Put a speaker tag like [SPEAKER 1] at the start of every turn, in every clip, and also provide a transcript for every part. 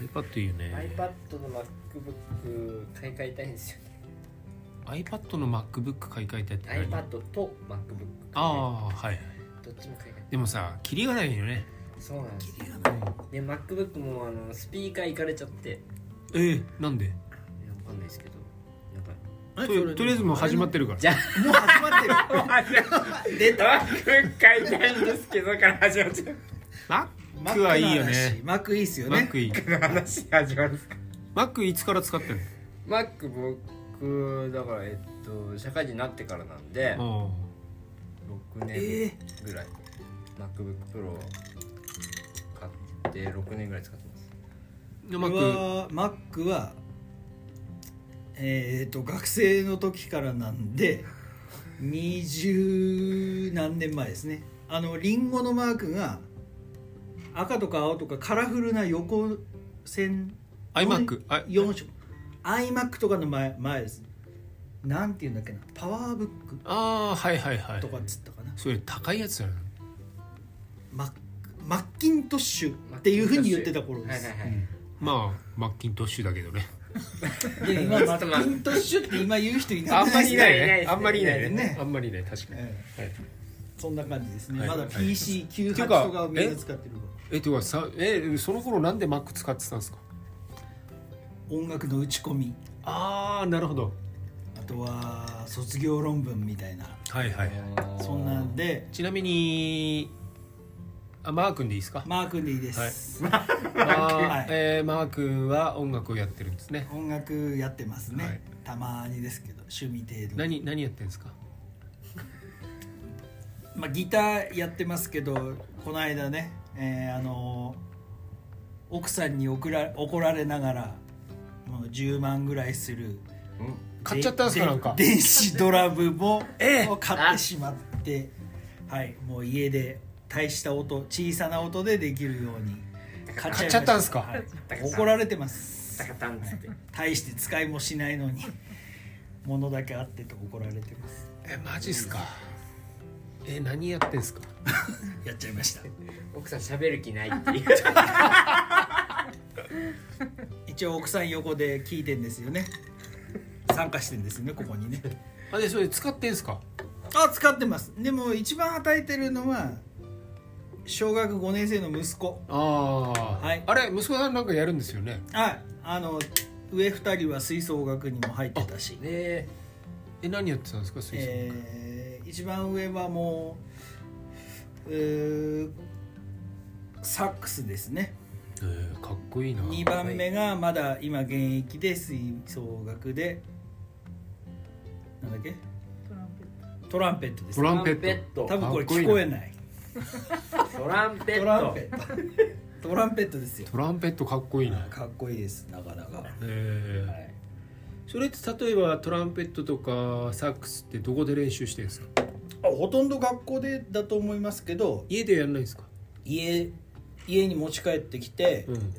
[SPEAKER 1] iPad いいよね
[SPEAKER 2] iPad の MacBook 買い替えたいんですよね
[SPEAKER 1] iPad の MacBook 買い替えたいって何
[SPEAKER 2] iPad と MacBook
[SPEAKER 1] ああはいはい
[SPEAKER 2] どっちも買い替え
[SPEAKER 1] でもさキリがないよね
[SPEAKER 2] たいそうなんですよ
[SPEAKER 1] うん
[SPEAKER 2] で MacBook もあのスピーカーいかれちゃっていや
[SPEAKER 1] えーなんで
[SPEAKER 2] わかんないですけどやばい
[SPEAKER 1] ととりあえずもう始まってるから
[SPEAKER 2] じゃ
[SPEAKER 3] もう始まってる
[SPEAKER 2] あ 出た MacBook 買いたいんですけどから始まっちゃう
[SPEAKER 1] マックはいいよね
[SPEAKER 3] マックいいっすよ
[SPEAKER 1] マ
[SPEAKER 3] ね
[SPEAKER 1] ックいい
[SPEAKER 2] 話始まるんですか
[SPEAKER 1] マックいつから使ってる
[SPEAKER 2] MacBook だからえっと社会人になってからなんで
[SPEAKER 1] の
[SPEAKER 2] 6年ぐらい、MacBookPro を買って6年ぐらい使ってます
[SPEAKER 1] うんで
[SPEAKER 3] マ
[SPEAKER 1] マ
[SPEAKER 3] ッ
[SPEAKER 1] ック
[SPEAKER 3] クマックはえっ、と学生の時からなんで二十何年前ですねあのリンゴのマークが赤とか青とかカラフルな横線
[SPEAKER 1] iMac あ
[SPEAKER 3] 4色 iMac とかの前前ですなんていうんだっけなパワーブック
[SPEAKER 1] あーはいはいはい
[SPEAKER 3] とかっつったかな、
[SPEAKER 1] それ高いやつだよ
[SPEAKER 3] マックマッキントッシュっていうふうに言ってた頃です、
[SPEAKER 2] はいはいはい
[SPEAKER 1] まあマッキントッシュだけどね
[SPEAKER 3] で今マッキントッシュって今言う人いな
[SPEAKER 1] あ
[SPEAKER 3] く
[SPEAKER 1] ん
[SPEAKER 3] な
[SPEAKER 1] ま
[SPEAKER 3] いで
[SPEAKER 1] りい
[SPEAKER 3] すか
[SPEAKER 1] な
[SPEAKER 2] いない
[SPEAKER 1] い
[SPEAKER 2] です
[SPEAKER 1] ね
[SPEAKER 2] ね
[SPEAKER 1] あんまりいないね
[SPEAKER 3] ね
[SPEAKER 1] あんまりいない確かに
[SPEAKER 3] ええ
[SPEAKER 1] はい
[SPEAKER 3] そんな感じですね、
[SPEAKER 1] はい
[SPEAKER 3] まだ
[SPEAKER 1] はい
[SPEAKER 3] PC98 と
[SPEAKER 1] て
[SPEAKER 3] か
[SPEAKER 1] か
[SPEAKER 3] をみんな使ってるか
[SPEAKER 1] えてかさえその頃なんで Mac 使ってたんですから
[SPEAKER 3] 音楽の打ち込み
[SPEAKER 1] ああなるほど
[SPEAKER 3] あとは卒業論文みたいな
[SPEAKER 1] はいはい
[SPEAKER 3] そんなんで
[SPEAKER 1] ちなみにあマー君でいいですか
[SPEAKER 3] マー君でいいです、
[SPEAKER 1] マー,、
[SPEAKER 3] はい
[SPEAKER 1] えーマー君は音楽をやってるんですね
[SPEAKER 3] 音楽やってますね、
[SPEAKER 1] はい
[SPEAKER 3] たまにですけど趣味程度
[SPEAKER 1] 何何やってるんですか
[SPEAKER 3] まあ、ギターやってますけどこの間ね、えーあのー奥さんに怒ら怒られながらもう10万ぐらいする
[SPEAKER 1] 買っちゃったんですかなんか
[SPEAKER 3] 電子ドラムも、
[SPEAKER 1] ええ
[SPEAKER 3] を買ってしまってはいもう家で大した音小さな音でできるように買い
[SPEAKER 1] 買
[SPEAKER 3] まし
[SPEAKER 1] っちゃったんすか
[SPEAKER 3] はい怒られてます
[SPEAKER 2] タカタンっつって
[SPEAKER 3] 大して使いもしないのに 物だけあってと怒られてます
[SPEAKER 1] えマジっすかえ何やってんですか
[SPEAKER 3] やっちゃいました
[SPEAKER 2] 奥さん喋る気ないって いう
[SPEAKER 3] 一応奥さん横で聞いてんですよね参加してんですよねここにね
[SPEAKER 1] あでそれ使ってんすか
[SPEAKER 3] あ使ってますでも一番与えてるのは小学5年生の息子
[SPEAKER 1] ああ、
[SPEAKER 3] はい
[SPEAKER 1] あれ息子さんなんかやるんですよね
[SPEAKER 3] はいあの上2人は吹奏楽にも入ってたし、
[SPEAKER 1] ええ何やってたんですか水産、
[SPEAKER 3] えー一番上はもううーサックスですね
[SPEAKER 1] えーかっこいいな
[SPEAKER 3] 2番目がまだ今現役で吹奏楽でなんだっけトランペットです
[SPEAKER 1] トランペッ
[SPEAKER 2] ト
[SPEAKER 3] 多
[SPEAKER 2] ラン
[SPEAKER 3] 分これ
[SPEAKER 1] かっこいい
[SPEAKER 3] 聞
[SPEAKER 1] な
[SPEAKER 3] こえない
[SPEAKER 2] ペットトランペ
[SPEAKER 3] ト
[SPEAKER 2] ッ
[SPEAKER 3] ラン
[SPEAKER 2] ト
[SPEAKER 3] ペットトランペットですよ
[SPEAKER 1] トトランペットかっこいいな
[SPEAKER 3] かっこいいですなかなか、はい、
[SPEAKER 1] えーそれって例えばトランペットとかサックスってどこで練習してるんですか
[SPEAKER 3] あほとんど学校でだと思いますけど
[SPEAKER 1] 家でやらないんですか、
[SPEAKER 3] 家家に持ち帰ってきて、
[SPEAKER 1] うん、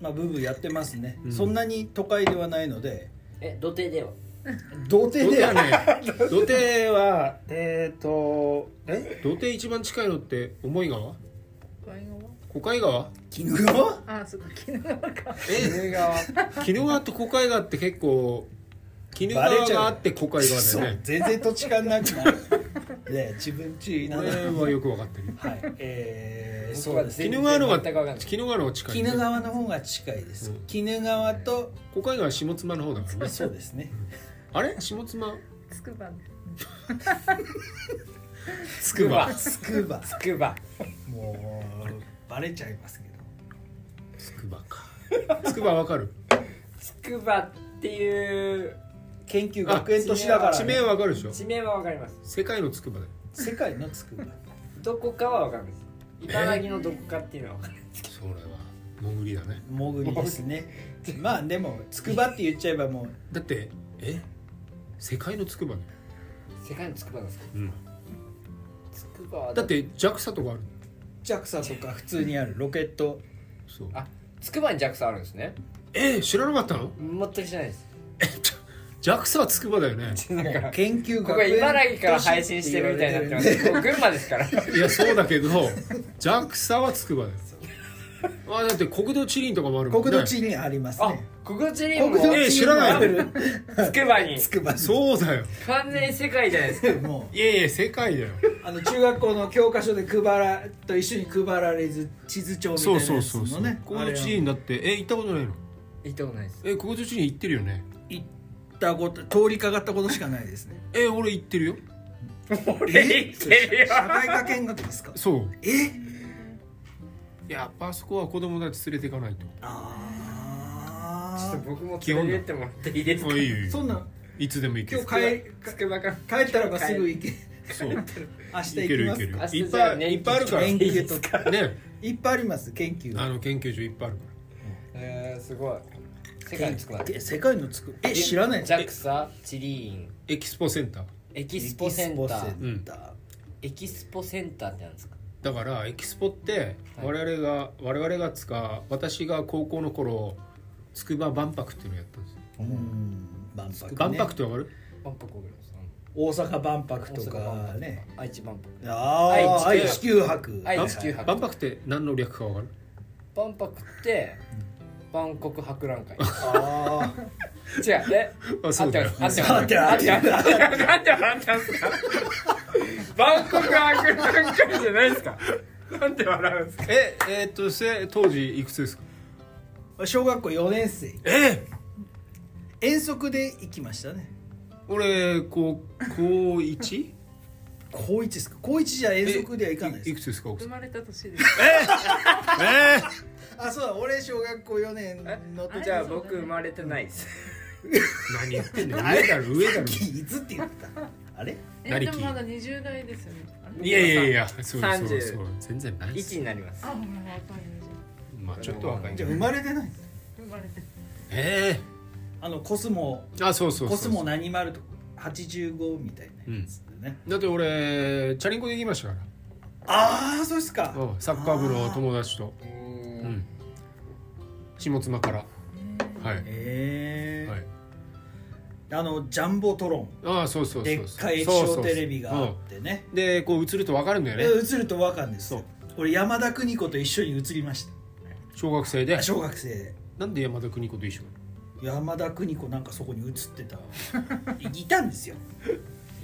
[SPEAKER 3] まあ、ブーブーやってますね、
[SPEAKER 1] うん
[SPEAKER 3] そんなに都会ではないので
[SPEAKER 2] え土手では
[SPEAKER 3] 童
[SPEAKER 1] 土
[SPEAKER 3] 貞
[SPEAKER 1] 手
[SPEAKER 3] で
[SPEAKER 1] は
[SPEAKER 3] はない
[SPEAKER 1] ね 土手はえっ、とえ土手一番近いのって思い川小海川
[SPEAKER 3] 絹川
[SPEAKER 4] あ、そうか、絹川か。
[SPEAKER 1] え鬼怒川と小海川って結構鬼怒川があって小海川
[SPEAKER 3] そ
[SPEAKER 1] だよ
[SPEAKER 3] う
[SPEAKER 1] ね
[SPEAKER 3] 全然土地勘なくなるね自分ちな
[SPEAKER 1] こ
[SPEAKER 3] のに
[SPEAKER 1] れはよく分かってる
[SPEAKER 3] はいえー、
[SPEAKER 2] 僕
[SPEAKER 3] そう
[SPEAKER 2] は
[SPEAKER 3] です
[SPEAKER 1] 鬼怒川の方
[SPEAKER 2] 全くわか
[SPEAKER 1] が
[SPEAKER 2] んない
[SPEAKER 1] 鬼怒川の方が近い、
[SPEAKER 3] 鬼怒川の方が近いです
[SPEAKER 1] うん
[SPEAKER 3] 鬼怒川と
[SPEAKER 1] 小海川は下妻の方だからね
[SPEAKER 3] そうですね
[SPEAKER 1] あれ下妻
[SPEAKER 4] つくば。
[SPEAKER 1] つくば
[SPEAKER 3] つくば
[SPEAKER 2] 筑波
[SPEAKER 3] もうバレちゃいますけど
[SPEAKER 1] つくばかつくばわかる
[SPEAKER 2] 筑波っていう
[SPEAKER 3] 研究学園都市だから、
[SPEAKER 1] 地名はわかるでしょ
[SPEAKER 2] 地名はわかります
[SPEAKER 1] 世界のつくばだよ
[SPEAKER 3] 世界のつくば
[SPEAKER 2] どこかはわかるんです茨城のどこかっていうのはわかる
[SPEAKER 1] それは潜りだね
[SPEAKER 3] 潜りですねまあでもつくばって言っちゃえばもう
[SPEAKER 1] だってえ世界のつくばね、
[SPEAKER 2] 世界の筑波なんですか
[SPEAKER 1] うん、
[SPEAKER 2] 筑波は
[SPEAKER 1] だって JAXA とかある
[SPEAKER 3] JAXA とか普通にあるロケット
[SPEAKER 1] そう
[SPEAKER 2] あ筑波に弱さあるんですね
[SPEAKER 1] えー、知らなかったの
[SPEAKER 2] 全く知らないです
[SPEAKER 1] えちょ JAXA はつくばだよね
[SPEAKER 2] なんか
[SPEAKER 3] 研究
[SPEAKER 2] こ
[SPEAKER 3] 学
[SPEAKER 2] こ
[SPEAKER 3] 園
[SPEAKER 2] 茨城から配信してるみたいにな ってますもう群馬ですから
[SPEAKER 1] いやそうだけど JAXA はつくばだよあだって国土地理院とかもあるもん
[SPEAKER 3] 国
[SPEAKER 1] ね
[SPEAKER 3] 土地理あります
[SPEAKER 2] あ
[SPEAKER 3] ね、
[SPEAKER 2] 国土にも
[SPEAKER 3] 国土
[SPEAKER 1] え知らない
[SPEAKER 3] 地理も
[SPEAKER 2] つくばに
[SPEAKER 3] つくばに
[SPEAKER 1] そうだよ
[SPEAKER 2] 完全に世界じゃないですか
[SPEAKER 3] もう
[SPEAKER 1] いやいや世界だよ
[SPEAKER 3] あの中学校の教科書で配らと一緒に配られず地図帳みたい
[SPEAKER 1] そう
[SPEAKER 3] なやつの
[SPEAKER 1] そ
[SPEAKER 3] ね
[SPEAKER 1] うそうそう
[SPEAKER 3] あ
[SPEAKER 1] 国
[SPEAKER 3] れ
[SPEAKER 1] 土
[SPEAKER 3] は
[SPEAKER 1] 地理院だってえ行ったことないの
[SPEAKER 2] 行ったことないです
[SPEAKER 1] え国土地理院行ってるよね
[SPEAKER 3] 行ったこと通りかかったことしかないですね
[SPEAKER 1] え俺行ってるよ
[SPEAKER 2] 俺行ってるよ
[SPEAKER 3] 社会科見学ですか
[SPEAKER 1] そう
[SPEAKER 3] え
[SPEAKER 1] やっぱあそこは子供たち連れていかないと
[SPEAKER 2] ちょっ
[SPEAKER 3] あ
[SPEAKER 2] と僕も気を入れてもらっていいですか
[SPEAKER 1] あいいよいい
[SPEAKER 3] あ
[SPEAKER 1] よ
[SPEAKER 3] そんなん
[SPEAKER 1] いつでも行け
[SPEAKER 3] 今
[SPEAKER 1] る
[SPEAKER 3] 日帰
[SPEAKER 2] つくばから
[SPEAKER 3] 帰ったらばすぐ行 け
[SPEAKER 1] そう行
[SPEAKER 3] 明日
[SPEAKER 1] ける
[SPEAKER 3] 行
[SPEAKER 1] 行
[SPEAKER 3] き
[SPEAKER 1] ける
[SPEAKER 3] ま
[SPEAKER 2] 明日
[SPEAKER 1] いっ
[SPEAKER 2] じゃ
[SPEAKER 1] ぱ
[SPEAKER 2] あ
[SPEAKER 1] い
[SPEAKER 2] ね
[SPEAKER 1] いっぱいあるか
[SPEAKER 3] す
[SPEAKER 1] ら
[SPEAKER 3] 研
[SPEAKER 1] ね
[SPEAKER 3] 究とかいっぱいあります研
[SPEAKER 1] あ
[SPEAKER 3] 究
[SPEAKER 1] の研究所いっぱいあるか
[SPEAKER 2] えー、すごい世界につくば
[SPEAKER 3] え世界のつくえ知らない
[SPEAKER 2] ジャクサチリーン
[SPEAKER 1] らエキスポセンター
[SPEAKER 2] エキスポセンター
[SPEAKER 1] ン
[SPEAKER 3] ター
[SPEAKER 2] エキスポセンターってなんですか
[SPEAKER 1] だからエキスポって
[SPEAKER 2] はい
[SPEAKER 1] 我々が、我々がつか私が高校の頃筑波万博っていうのやったんですよ
[SPEAKER 3] うん万博ね
[SPEAKER 1] 万博ってわかる
[SPEAKER 2] 万博ぐらいです
[SPEAKER 3] 大阪万博と
[SPEAKER 2] 大阪万
[SPEAKER 3] か
[SPEAKER 2] 博
[SPEAKER 3] ね
[SPEAKER 2] 愛知万博
[SPEAKER 3] ああ
[SPEAKER 2] 愛
[SPEAKER 3] 愛
[SPEAKER 2] 知
[SPEAKER 3] 知九博
[SPEAKER 2] 愛
[SPEAKER 1] 万
[SPEAKER 2] 知九博
[SPEAKER 1] 万博って何の略かわかる
[SPEAKER 2] 万博ってバンコク博覧 会
[SPEAKER 3] あ
[SPEAKER 2] 違うえ
[SPEAKER 1] あそうだ
[SPEAKER 2] 合
[SPEAKER 1] よ
[SPEAKER 2] ってます合ってます合ってます合ってます合ってますバンコク博覧会じゃないですかなんで笑うんですか
[SPEAKER 1] ええーっとせ当時いくつですか
[SPEAKER 3] あ小学校4年生
[SPEAKER 1] え
[SPEAKER 3] 遠足で行きましたね
[SPEAKER 1] 俺こう高 1?
[SPEAKER 3] 高一ですか高一じゃ遠足では行かない
[SPEAKER 1] い
[SPEAKER 3] です
[SPEAKER 1] くつですか奥
[SPEAKER 5] 生
[SPEAKER 1] さん
[SPEAKER 5] まれた年です
[SPEAKER 1] え
[SPEAKER 3] あそうだ俺小学校4年の時
[SPEAKER 5] え
[SPEAKER 2] じゃあ僕生まれてないです
[SPEAKER 1] 何言ってんの上だろ上だろ
[SPEAKER 3] キーズって言ったあれ
[SPEAKER 5] え
[SPEAKER 1] なり
[SPEAKER 5] で
[SPEAKER 1] き
[SPEAKER 5] もまだ20代ですよねあれ
[SPEAKER 1] いやいやいやそうそう
[SPEAKER 2] 30
[SPEAKER 1] そう全然ないです
[SPEAKER 2] 1になります
[SPEAKER 5] あもう若いねじゃ
[SPEAKER 1] まあちょっと若い
[SPEAKER 3] じ
[SPEAKER 1] け
[SPEAKER 3] ゃあ
[SPEAKER 1] ど
[SPEAKER 3] 生まれてない
[SPEAKER 5] あ生まれて
[SPEAKER 1] え
[SPEAKER 3] あのコスモ
[SPEAKER 1] えあそうそうそう
[SPEAKER 3] コスモ何丸とか85みたいなやつだね、
[SPEAKER 1] だって俺チャリンコで行きましたか
[SPEAKER 3] ああそうですから
[SPEAKER 1] うんサッカー部の友達と
[SPEAKER 2] う
[SPEAKER 1] う
[SPEAKER 2] ん
[SPEAKER 1] ん下妻からはい
[SPEAKER 3] へえ、
[SPEAKER 1] はい
[SPEAKER 3] あのジャンボトロ
[SPEAKER 1] ああそうそ
[SPEAKER 3] ン
[SPEAKER 1] うそう
[SPEAKER 3] でっかい液晶テレビがあ
[SPEAKER 1] そうそう
[SPEAKER 3] っ
[SPEAKER 1] そう
[SPEAKER 3] てね
[SPEAKER 1] うんでこう映ると分かるんだよ
[SPEAKER 3] で
[SPEAKER 1] ね
[SPEAKER 3] 映るとわかるんですよ俺山田邦子と一緒に映りまし
[SPEAKER 1] 小学生で
[SPEAKER 3] た小学生で
[SPEAKER 1] なんで山田邦子と一緒
[SPEAKER 3] 山田邦子なんかそこに映ってたい たんですよ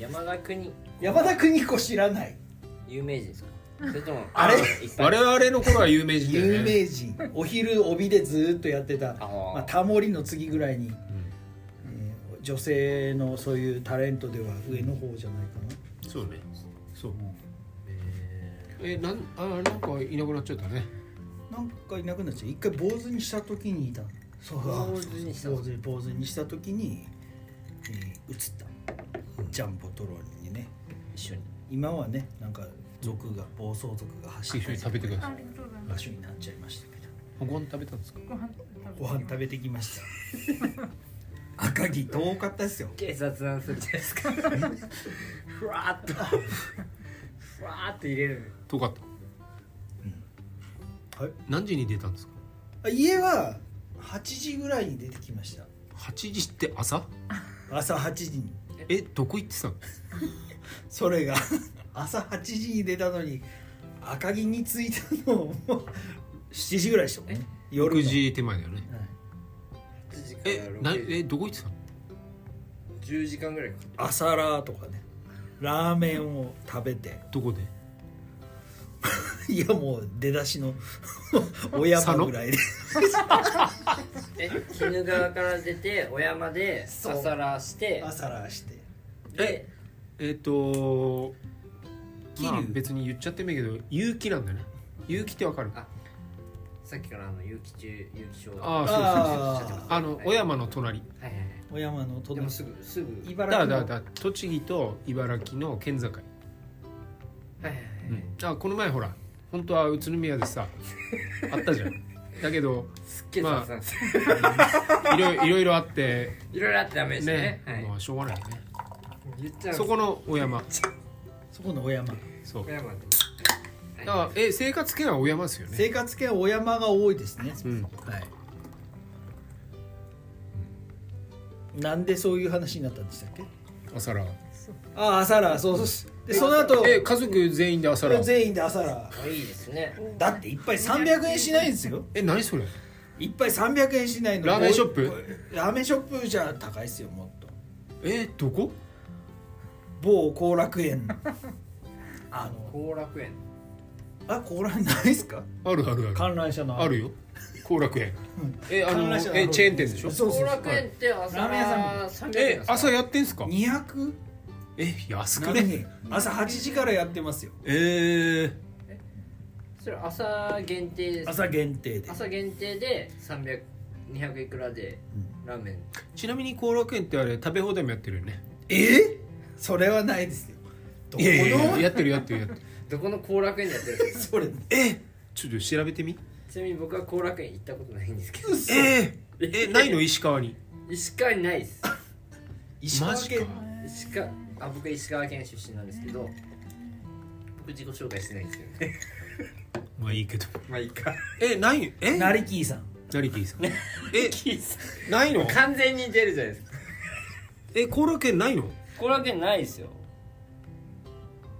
[SPEAKER 2] 山田国
[SPEAKER 3] 山田邦子知らない
[SPEAKER 2] 有名人ですかそれとも
[SPEAKER 3] あれ
[SPEAKER 2] いっぱい
[SPEAKER 1] 我々の頃は有名人だ
[SPEAKER 3] 有
[SPEAKER 1] よね
[SPEAKER 3] 名人お昼帯でずーっとやってた
[SPEAKER 2] あー
[SPEAKER 3] まあ、タモリの次ぐらいに、
[SPEAKER 1] ん
[SPEAKER 3] えー女性のそういうタレントでは上の方じゃないか
[SPEAKER 1] そうねそう
[SPEAKER 2] え
[SPEAKER 1] えなんあなんかいなくなっちゃったね
[SPEAKER 3] ななんかいなくなっちゃう一回坊主にした時にいたそう
[SPEAKER 2] 坊主にした
[SPEAKER 3] 坊主坊主にした時に、えー映ったジャンボトロンにね
[SPEAKER 2] ー一緒に
[SPEAKER 3] 今はねなんか族が暴走族が走
[SPEAKER 1] 一
[SPEAKER 3] って
[SPEAKER 1] 緒に食べてくださ
[SPEAKER 5] あ
[SPEAKER 1] い
[SPEAKER 5] りがとうございま
[SPEAKER 3] 場
[SPEAKER 5] す
[SPEAKER 3] 所になっちゃいましたけど
[SPEAKER 1] ご飯食べたんですか
[SPEAKER 5] ご飯
[SPEAKER 3] ご飯食べてきました 赤城遠かったですよ
[SPEAKER 2] 警察なんするじゃないですかふわーっとふわーっと入れる
[SPEAKER 1] 遠かった
[SPEAKER 3] はい
[SPEAKER 1] 何時に出たんですか
[SPEAKER 3] あ家は8時ぐらいに出てきました
[SPEAKER 1] 8時って朝
[SPEAKER 3] 朝8時に
[SPEAKER 1] えどこ行ってたの
[SPEAKER 3] それが 朝8時に出たのに赤城に着いたのも う7時ぐらいでしたもんね夜の
[SPEAKER 1] 6時手前だよね
[SPEAKER 3] はい
[SPEAKER 2] 1時から
[SPEAKER 1] え
[SPEAKER 2] 6
[SPEAKER 1] な
[SPEAKER 2] 時
[SPEAKER 1] えどこ行ってたの
[SPEAKER 2] 10時間ぐらいかかっ
[SPEAKER 3] 朝ラーとかねラーメンを食べて
[SPEAKER 1] どこで
[SPEAKER 3] いやもう出だしの 親
[SPEAKER 1] 佐
[SPEAKER 3] 山
[SPEAKER 1] 野
[SPEAKER 3] ぐらいで
[SPEAKER 2] たえ鬼怒川から出て小山で
[SPEAKER 3] そう
[SPEAKER 2] 朝らして
[SPEAKER 3] 朝ラーして
[SPEAKER 2] で
[SPEAKER 1] えっ、と
[SPEAKER 3] 桐生
[SPEAKER 1] まあ別に言っちゃってもいいけど有機なんだよね有機ってわかる
[SPEAKER 2] あさっきからあの有機中有機症
[SPEAKER 1] ああ
[SPEAKER 3] あ
[SPEAKER 2] そうそうそう
[SPEAKER 1] あの小山の隣
[SPEAKER 2] はいはいはい
[SPEAKER 3] 小山の
[SPEAKER 2] で
[SPEAKER 3] 隣
[SPEAKER 2] もすぐすぐはい
[SPEAKER 1] だから
[SPEAKER 3] 茨
[SPEAKER 1] だ
[SPEAKER 3] 城
[SPEAKER 1] からだから栃木と茨城の県境、
[SPEAKER 2] はいはい
[SPEAKER 1] あこの前ほら本当は宇都宮でさあったじゃんだけど
[SPEAKER 2] すっげえ
[SPEAKER 1] まあ
[SPEAKER 2] 雑なん ですよ
[SPEAKER 1] いろいろいろいろあって
[SPEAKER 2] いろいろあってダメでしたね
[SPEAKER 1] ね
[SPEAKER 2] はい
[SPEAKER 1] まあしょうがないよね
[SPEAKER 2] 言っちゃう
[SPEAKER 1] そこの小山
[SPEAKER 3] そこの小山
[SPEAKER 1] そう
[SPEAKER 2] 小
[SPEAKER 1] だか
[SPEAKER 2] 山で
[SPEAKER 1] らえ生活圏は小山ですよね
[SPEAKER 3] 生活系は小山が多いですね、
[SPEAKER 1] うん
[SPEAKER 3] はいなんでそういう話になったんでしたっけ
[SPEAKER 1] 朝ら
[SPEAKER 3] ああ朝ラーそうそうでその後
[SPEAKER 1] え家族全員で朝ラー
[SPEAKER 3] 全員で朝ラー
[SPEAKER 2] いいですね
[SPEAKER 3] だって一杯300円しないんですよ
[SPEAKER 1] え何それ
[SPEAKER 3] 一杯300円しないの
[SPEAKER 1] ラーメンショップ
[SPEAKER 3] こうラーメンショップじゃ高いっすよもっと
[SPEAKER 1] えどこ
[SPEAKER 3] 某後楽 園あの
[SPEAKER 6] 後楽園
[SPEAKER 3] あ後楽園ないっすか
[SPEAKER 1] あるあるある
[SPEAKER 3] 観覧車の
[SPEAKER 1] あるよ後楽園えあ
[SPEAKER 3] 観
[SPEAKER 1] の
[SPEAKER 3] 覧車の
[SPEAKER 1] えチェーン店でしょ
[SPEAKER 3] そう
[SPEAKER 2] 後
[SPEAKER 3] そうそう
[SPEAKER 2] 楽園って朝
[SPEAKER 3] ラーメン屋
[SPEAKER 2] さん
[SPEAKER 1] え朝やってんすか
[SPEAKER 3] 200
[SPEAKER 1] え安くね
[SPEAKER 3] 何朝8時からやってますよ
[SPEAKER 1] え
[SPEAKER 2] それ朝限定です
[SPEAKER 3] 朝限定で
[SPEAKER 2] 朝限定で300200いくらでラーメン
[SPEAKER 1] ーちなみに後楽園ってあれ食べ放題もやってるよね
[SPEAKER 3] えそれはないですよどこ
[SPEAKER 1] いやいやいや
[SPEAKER 3] の
[SPEAKER 1] やってるやってるやってる
[SPEAKER 2] どこの後楽園でやってるんですか
[SPEAKER 3] それ
[SPEAKER 1] えちょっと調べてみ
[SPEAKER 2] ちなみに僕は後楽園行ったことないんですけど
[SPEAKER 3] 嘘
[SPEAKER 1] えー、えないの石川に
[SPEAKER 2] 石川にないです
[SPEAKER 3] 石川
[SPEAKER 1] マジか
[SPEAKER 3] 県
[SPEAKER 2] 石川あ僕石川県出身なんですけど僕自己紹介してないんですよね
[SPEAKER 1] まあいいけど
[SPEAKER 2] まあいい か
[SPEAKER 1] えないえ
[SPEAKER 3] なりきーさん
[SPEAKER 1] ナリティさんえない の
[SPEAKER 2] 完全に出るじゃないですか
[SPEAKER 1] え後楽園ないの
[SPEAKER 2] 後楽園ないですよ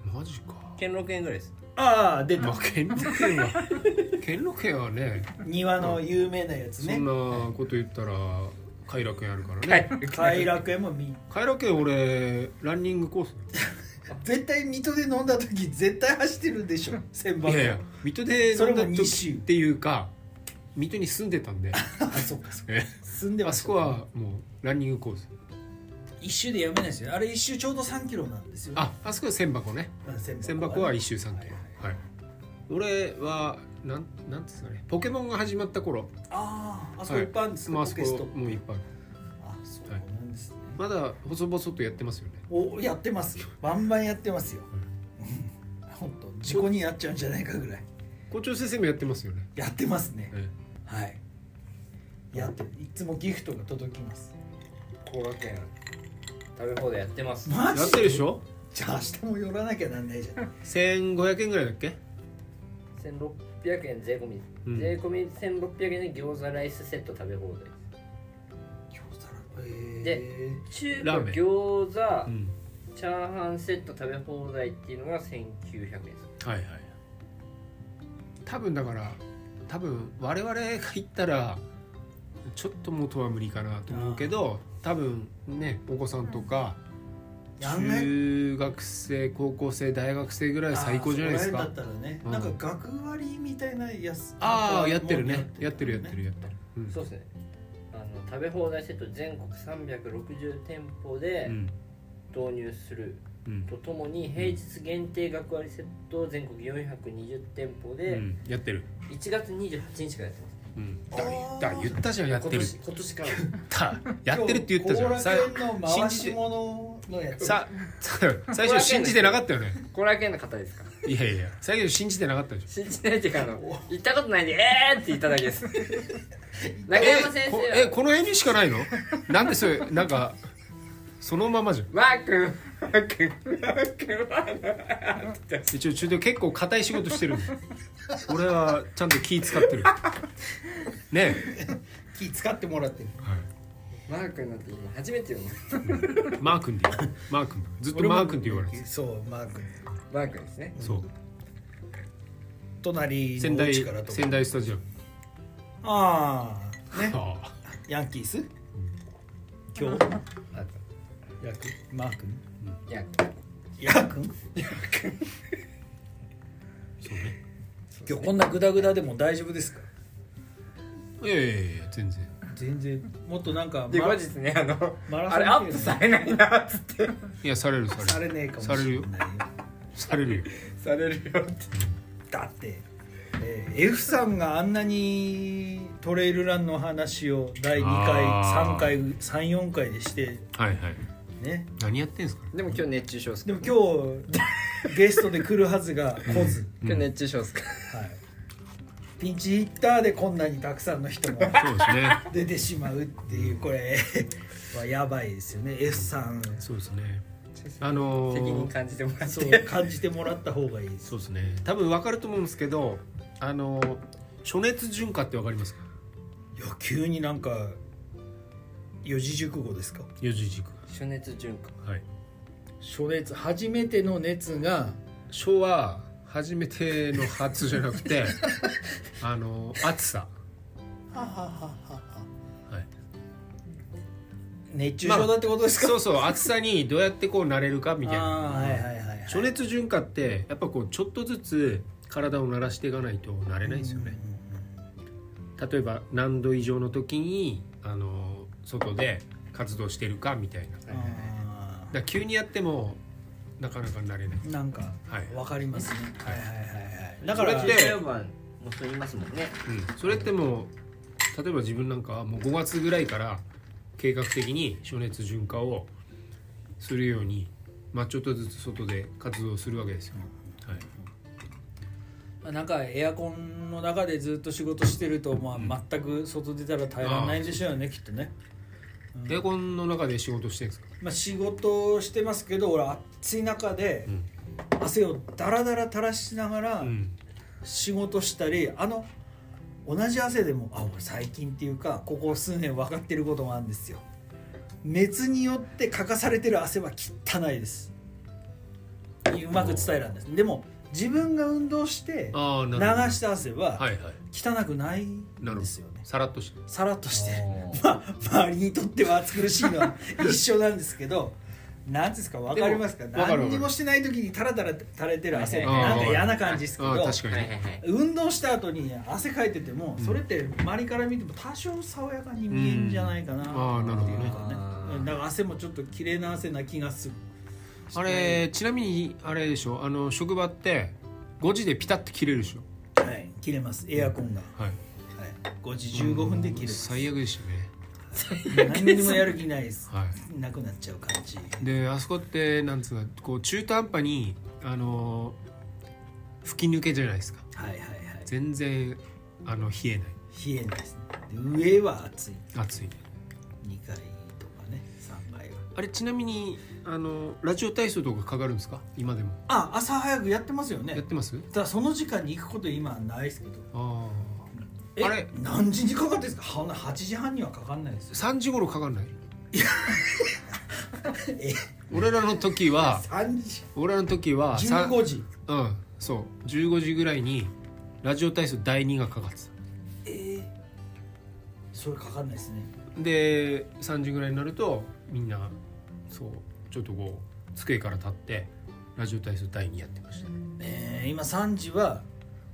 [SPEAKER 1] マジか
[SPEAKER 2] 兼六園ぐらいです
[SPEAKER 3] ああ出
[SPEAKER 1] ま
[SPEAKER 3] た
[SPEAKER 1] あ兼六園は兼六園はね
[SPEAKER 3] 庭の有名なやつ
[SPEAKER 1] そ
[SPEAKER 3] ね
[SPEAKER 1] んなこと言ったら偕楽園あるからね、
[SPEAKER 3] 偕楽園もみ
[SPEAKER 1] 偕楽園俺ランニングコース
[SPEAKER 3] 絶対水戸で飲んだ時絶対走ってるでしょ千
[SPEAKER 1] いやいや水戸で
[SPEAKER 3] そ
[SPEAKER 1] 飲
[SPEAKER 3] れ
[SPEAKER 1] ん
[SPEAKER 3] も
[SPEAKER 1] だ
[SPEAKER 3] 二周
[SPEAKER 1] 時っていうか水戸に住んでた んで
[SPEAKER 3] あそっかそっか
[SPEAKER 1] え
[SPEAKER 3] 住んで
[SPEAKER 1] あ
[SPEAKER 3] ます
[SPEAKER 1] そこはもうランニングコース
[SPEAKER 3] 一周でやめないですよあれ一周ちょうど3キロなんですよ
[SPEAKER 1] ああそこは千箱ね
[SPEAKER 3] うん千
[SPEAKER 1] 千箱は一周三キロはい俺はなんなんですかねポケモンが始まった頃
[SPEAKER 3] あああそこ
[SPEAKER 1] はい
[SPEAKER 3] 一般ですか、
[SPEAKER 1] まああ
[SPEAKER 3] ポ
[SPEAKER 1] そ
[SPEAKER 3] ケス
[SPEAKER 1] こ
[SPEAKER 3] ト
[SPEAKER 1] もういっぱい
[SPEAKER 3] あそうなんですね、
[SPEAKER 1] まだ細々とやってますよね
[SPEAKER 3] おやってますよバンバンやってますよ本当事故になっちゃうんじゃないかぐらい
[SPEAKER 1] 校長先生もやってますよね、
[SPEAKER 3] やってますね
[SPEAKER 1] え
[SPEAKER 3] はいやっていつもギフトが届きます
[SPEAKER 2] 後楽園食べ放題やってます
[SPEAKER 1] や
[SPEAKER 3] マ
[SPEAKER 1] ってるでしょ
[SPEAKER 3] じゃあ明日も寄らなきゃなんないじ ゃん
[SPEAKER 1] 1500円ぐらいだっけ
[SPEAKER 2] 1600円税込み、
[SPEAKER 1] うん
[SPEAKER 2] 税込み1600円で餃子ライスセット食べ放題
[SPEAKER 3] 今日さらえ
[SPEAKER 2] で中華
[SPEAKER 1] ラーメン
[SPEAKER 2] 餃子
[SPEAKER 1] うん
[SPEAKER 2] チャーハンセット食べ放題っていうのが1900円です
[SPEAKER 1] はいはい多分だから多分我々が行ったらちょっと元は無理かなと思うけど多分ねお子さんとか
[SPEAKER 3] ー案外
[SPEAKER 1] 中学生高校生大学生ぐらい最高じゃないです
[SPEAKER 3] あ
[SPEAKER 1] か
[SPEAKER 3] ーそこら辺だったらね、
[SPEAKER 1] うん
[SPEAKER 3] なんか学割みたいなやつ
[SPEAKER 1] ああやってるねやってるやって
[SPEAKER 3] る
[SPEAKER 1] るやってるうん
[SPEAKER 2] そうですねあの食べ放題セット全国360店舗
[SPEAKER 1] う
[SPEAKER 2] で
[SPEAKER 1] ん
[SPEAKER 2] 導入する
[SPEAKER 1] うん
[SPEAKER 2] とともに平日限定学割セットを全国420店舗
[SPEAKER 1] う
[SPEAKER 2] で
[SPEAKER 1] んやってる
[SPEAKER 2] 1月28日からやってます
[SPEAKER 1] うんだだ言ったじゃんやっ
[SPEAKER 2] 今
[SPEAKER 1] てる
[SPEAKER 2] 年今年から
[SPEAKER 1] だやってるって言ったじゃんさ
[SPEAKER 3] 後楽園の
[SPEAKER 1] 信
[SPEAKER 3] 回
[SPEAKER 1] じ
[SPEAKER 3] して物のやつ
[SPEAKER 1] さ最初信じてなかったよね
[SPEAKER 2] 後楽園の方ですか
[SPEAKER 1] いやいや最初信じてなかったでしょ
[SPEAKER 2] 信じないっていうかあの行ったことないんでえーって言っただけです 中山先生
[SPEAKER 1] こ
[SPEAKER 2] は
[SPEAKER 1] えこの辺にしかないのなんでそれなんかそのままじゃん
[SPEAKER 2] ワークワークワークワーク
[SPEAKER 1] でちょちょ結構硬い仕事してるんで俺はちゃんと気使ってるねえ、
[SPEAKER 3] 気使ってもらってる
[SPEAKER 2] マークになって今初めて読む
[SPEAKER 1] マー君でいいマー君ずっとマー君って言われてる
[SPEAKER 3] そうマー君
[SPEAKER 2] マークですね
[SPEAKER 1] そう
[SPEAKER 3] 隣
[SPEAKER 1] 仙
[SPEAKER 3] のお
[SPEAKER 1] 台
[SPEAKER 3] 家からとか
[SPEAKER 1] 仙台スタジアム
[SPEAKER 3] ああね
[SPEAKER 1] ああ
[SPEAKER 3] ヤンキース今日ヤクマー君
[SPEAKER 2] いや
[SPEAKER 3] ヤ君
[SPEAKER 1] そうね
[SPEAKER 3] 今日こんなグダグダでも大丈夫ですか
[SPEAKER 1] いやいやいや全然
[SPEAKER 3] 全然もっとなんか
[SPEAKER 2] で
[SPEAKER 3] ま
[SPEAKER 2] 後日ねあの
[SPEAKER 3] マラソン
[SPEAKER 2] あれアップされないなっつって
[SPEAKER 1] いやされるされる
[SPEAKER 3] されねえかもしれないよ
[SPEAKER 1] されるよ
[SPEAKER 2] されるよって
[SPEAKER 3] だって、えー F さんがあんなにトレイルランの話を第2回
[SPEAKER 1] あ
[SPEAKER 3] 3
[SPEAKER 1] ー
[SPEAKER 3] 回34回でして
[SPEAKER 1] はいはい
[SPEAKER 3] ね
[SPEAKER 1] 何やってんすか
[SPEAKER 2] でも今日熱中症っす
[SPEAKER 3] でも今日 ゲストで来るはずが来ず、
[SPEAKER 2] 今日熱中症っすか
[SPEAKER 3] はい、ピンチヒッターでこんなにたくさんの人が
[SPEAKER 1] そうですね
[SPEAKER 3] 出てしまうっていうこれはやばいですよね F さん
[SPEAKER 1] そうですねあのー
[SPEAKER 2] 責任感じてもらっ
[SPEAKER 3] そう
[SPEAKER 2] て
[SPEAKER 3] 感じてもらった方がいいです
[SPEAKER 1] そうですね多分分かると思うんですけどあの暑熱順化って分かりますか
[SPEAKER 3] いや急になんか四字熟語ですか
[SPEAKER 1] 四字熟
[SPEAKER 2] 暑熱順化
[SPEAKER 1] はい
[SPEAKER 3] 初熱初めての熱が
[SPEAKER 1] 書は初めての初じゃなく てあの暑さ
[SPEAKER 3] はははは
[SPEAKER 1] はい
[SPEAKER 3] 熱中症だってことですか、
[SPEAKER 1] そうそう暑さにどうやってこう慣れるかみたいな
[SPEAKER 3] あーはいはいはいはい
[SPEAKER 1] 暑熱順化ってやっぱこうちょっとずつ体を慣らしていかないと慣れないですよね、例えば何度以上の時にあの外で活動してるかみたいなだか
[SPEAKER 3] うんうんうんあ
[SPEAKER 1] ら急にやってもなかなか慣れない
[SPEAKER 3] ーなんか
[SPEAKER 1] はい、
[SPEAKER 3] わかりますね、はい、はいはいはいだ
[SPEAKER 2] だ
[SPEAKER 3] か
[SPEAKER 2] からら
[SPEAKER 1] それって
[SPEAKER 2] 実用版もそう言いますもんね
[SPEAKER 1] うん、それってもう例えば自分なんかはもう5月ぐらいから計画的に暑熱順化をするように、まあ、ちょっとずつ外で活動するわけですよ、はい、
[SPEAKER 3] なんかエアコンの中でずっと仕事してると、まあ、全く外出たら耐えられないんでしょうねきっとね、うん
[SPEAKER 1] エアコンの中で仕事してるんですか
[SPEAKER 3] まあ、仕事をしてますけど俺暑い中で
[SPEAKER 1] うん
[SPEAKER 3] 汗をダラダラ垂らしながら
[SPEAKER 1] うん
[SPEAKER 3] 仕事したりあの同じ汗でもあ俺最近っていうかここ数年分かってることがあるんですよ熱によってかかされてる汗は汚いですうまく伝えらんですでも自分が運動して
[SPEAKER 1] ああ
[SPEAKER 3] 流
[SPEAKER 1] なるほど
[SPEAKER 3] した汗は
[SPEAKER 1] はいはい
[SPEAKER 3] 汚くないんですよね
[SPEAKER 1] さらっとして
[SPEAKER 3] さらっとしてるまあ周りにとっては暑苦しいのは一緒なんですけど何ですか分かりますか
[SPEAKER 1] でもわかるわかる
[SPEAKER 3] 何にもしてない時にタラタラ垂れてる汗って
[SPEAKER 1] はいはい
[SPEAKER 3] なんか嫌な感じですけ
[SPEAKER 1] あ
[SPEAKER 3] ど
[SPEAKER 1] あ確かに、
[SPEAKER 2] はいはいはい
[SPEAKER 3] 運動した後に汗かいてても
[SPEAKER 1] うん
[SPEAKER 3] それって周りから見ても多少爽やかに見えるんじゃないかなっていう
[SPEAKER 1] ああなるほどね
[SPEAKER 3] かねだから汗もちょっと綺麗な汗な気がする
[SPEAKER 1] あれちなみにあれでしょあの職場って5時でピタッと切れるでしょ
[SPEAKER 3] はい切れますエアコンが、は
[SPEAKER 1] はい
[SPEAKER 3] い、5時15分で切れます
[SPEAKER 1] 最悪でしたね
[SPEAKER 3] 何にもやる気ないです
[SPEAKER 1] はい
[SPEAKER 3] なくなっちゃう感じ
[SPEAKER 1] であそこってなんつうのこう中途半端にあのー吹き抜けじゃないですか
[SPEAKER 3] はいはいはい
[SPEAKER 1] 全然あの冷えない
[SPEAKER 3] 冷えないですねで上は暑い
[SPEAKER 1] 暑い
[SPEAKER 3] 2階とかね3階は
[SPEAKER 1] あれちなみにあのラジオ体操とかかかるんですか今でも、
[SPEAKER 3] あ朝早くやってますよね
[SPEAKER 1] やってます
[SPEAKER 3] ただその時間に行くこと今はないですけど
[SPEAKER 1] あ
[SPEAKER 3] え
[SPEAKER 1] あれ
[SPEAKER 3] 何時にかかってんですかは8時半にはかかんないです
[SPEAKER 1] あ
[SPEAKER 3] よ
[SPEAKER 1] 3時頃かかんない
[SPEAKER 3] え
[SPEAKER 1] 俺らの時は
[SPEAKER 3] 3時
[SPEAKER 1] 俺らの時はさん
[SPEAKER 3] 15時
[SPEAKER 1] うんそう15時ぐらいにラジオ体操第2がかかって
[SPEAKER 3] ええそれかかんないですね
[SPEAKER 1] たで3時ぐらいになるとみんなそうちょっとこう机から立ってラジオ体操第2やってました
[SPEAKER 3] ええ今3時は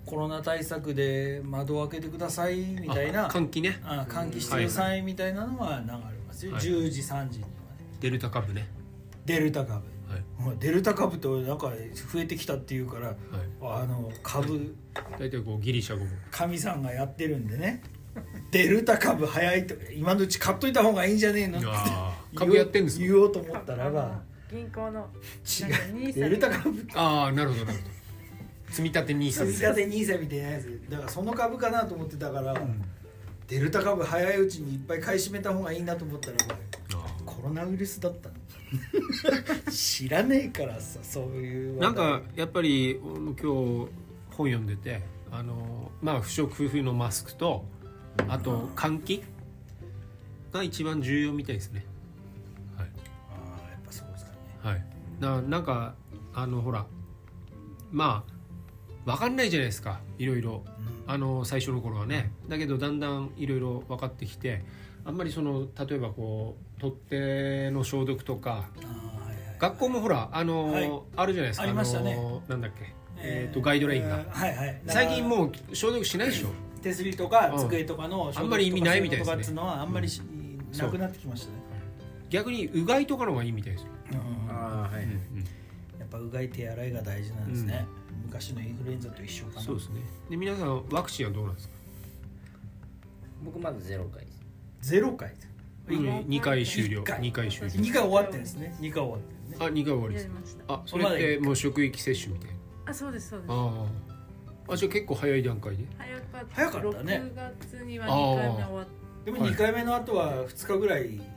[SPEAKER 3] コロナ対策で窓を開けてくださいみたいな
[SPEAKER 1] あ換気ね
[SPEAKER 3] あ換気してくださいみたいなのは流れますよ、
[SPEAKER 1] はい
[SPEAKER 3] 10時3時にはね
[SPEAKER 1] デルタ株ね
[SPEAKER 3] デルタ株
[SPEAKER 1] はい
[SPEAKER 3] もうデルタ株となんか増えてきたっていうから
[SPEAKER 1] は
[SPEAKER 3] あの株
[SPEAKER 1] い大体こうギリシャ語も
[SPEAKER 3] 神さんがやってるんでね デルタ株早いと今のうち買っといた方がいいんじゃねえのって
[SPEAKER 1] あー
[SPEAKER 3] 言おう
[SPEAKER 1] 株やってんですか
[SPEAKER 3] 言おうと思ったらば
[SPEAKER 5] 銀行の
[SPEAKER 3] 違
[SPEAKER 5] なん
[SPEAKER 3] う
[SPEAKER 5] か
[SPEAKER 3] デルタ株
[SPEAKER 1] ああなるほどなるほど積み立て NISA
[SPEAKER 3] 積み
[SPEAKER 1] みたい
[SPEAKER 3] 立
[SPEAKER 1] な
[SPEAKER 3] て NISA みたいなやつだからその株かなと思ってたから、デルタ株早いうちにいっぱい買い占めた方がいいなと思ったらば
[SPEAKER 1] あ
[SPEAKER 3] コロナウイルスだったの 知らねえからさそういう
[SPEAKER 1] ー
[SPEAKER 3] 話
[SPEAKER 1] な
[SPEAKER 3] 題
[SPEAKER 1] んかやっぱり俺も今日本読んでてあのまあ不織布のマスクとあと換気が一番重要みたいですね
[SPEAKER 3] あーやっぱそうですかね
[SPEAKER 1] はいななんかあのほらまあ分かんないじゃないですかいろいろあの最初の頃はねだけどだんだんいろいろ分かってきてあんまりその例えばこう取っ手の消毒とか
[SPEAKER 3] あーはいはい
[SPEAKER 1] 学校もほらあの、
[SPEAKER 3] はい
[SPEAKER 1] あるじゃないですか
[SPEAKER 3] ありましたね
[SPEAKER 1] のなんだっけ、えーとガイドラインが、
[SPEAKER 3] はいはい
[SPEAKER 1] 最近もう消毒しないでしょ
[SPEAKER 3] 手すりとか
[SPEAKER 1] うん
[SPEAKER 3] 机とかの
[SPEAKER 1] あんまり意味ないみたいですね
[SPEAKER 3] 消毒とかそううのとかっつうのはあんまりし
[SPEAKER 1] そう
[SPEAKER 3] なくなってきましたね
[SPEAKER 1] 逆にうがいとかの方がいいみたいですよ、
[SPEAKER 6] ああはい、
[SPEAKER 3] やっぱうがい手洗いが大事なんですね昔のインフルエンザと一緒かな
[SPEAKER 1] そうですねで皆さんワクチンはどうなんですか、
[SPEAKER 2] 僕まだゼロ回です
[SPEAKER 3] ゼロ回
[SPEAKER 1] う
[SPEAKER 5] うん
[SPEAKER 1] 2回終了
[SPEAKER 3] 一回
[SPEAKER 1] 2回終了
[SPEAKER 3] 二回終わってるんですね二回終わってるね
[SPEAKER 1] あ2回終わりで
[SPEAKER 5] や
[SPEAKER 1] す
[SPEAKER 5] りました
[SPEAKER 1] あそれってもう職域接種みたいな
[SPEAKER 5] あそうですそうです
[SPEAKER 1] あああじゃあ結構早い段階で
[SPEAKER 5] 早かった
[SPEAKER 3] 早かったね
[SPEAKER 5] 6月には2回目終わって
[SPEAKER 3] でも
[SPEAKER 1] はい
[SPEAKER 3] 2回目の後は2日ぐらい
[SPEAKER 5] 寝込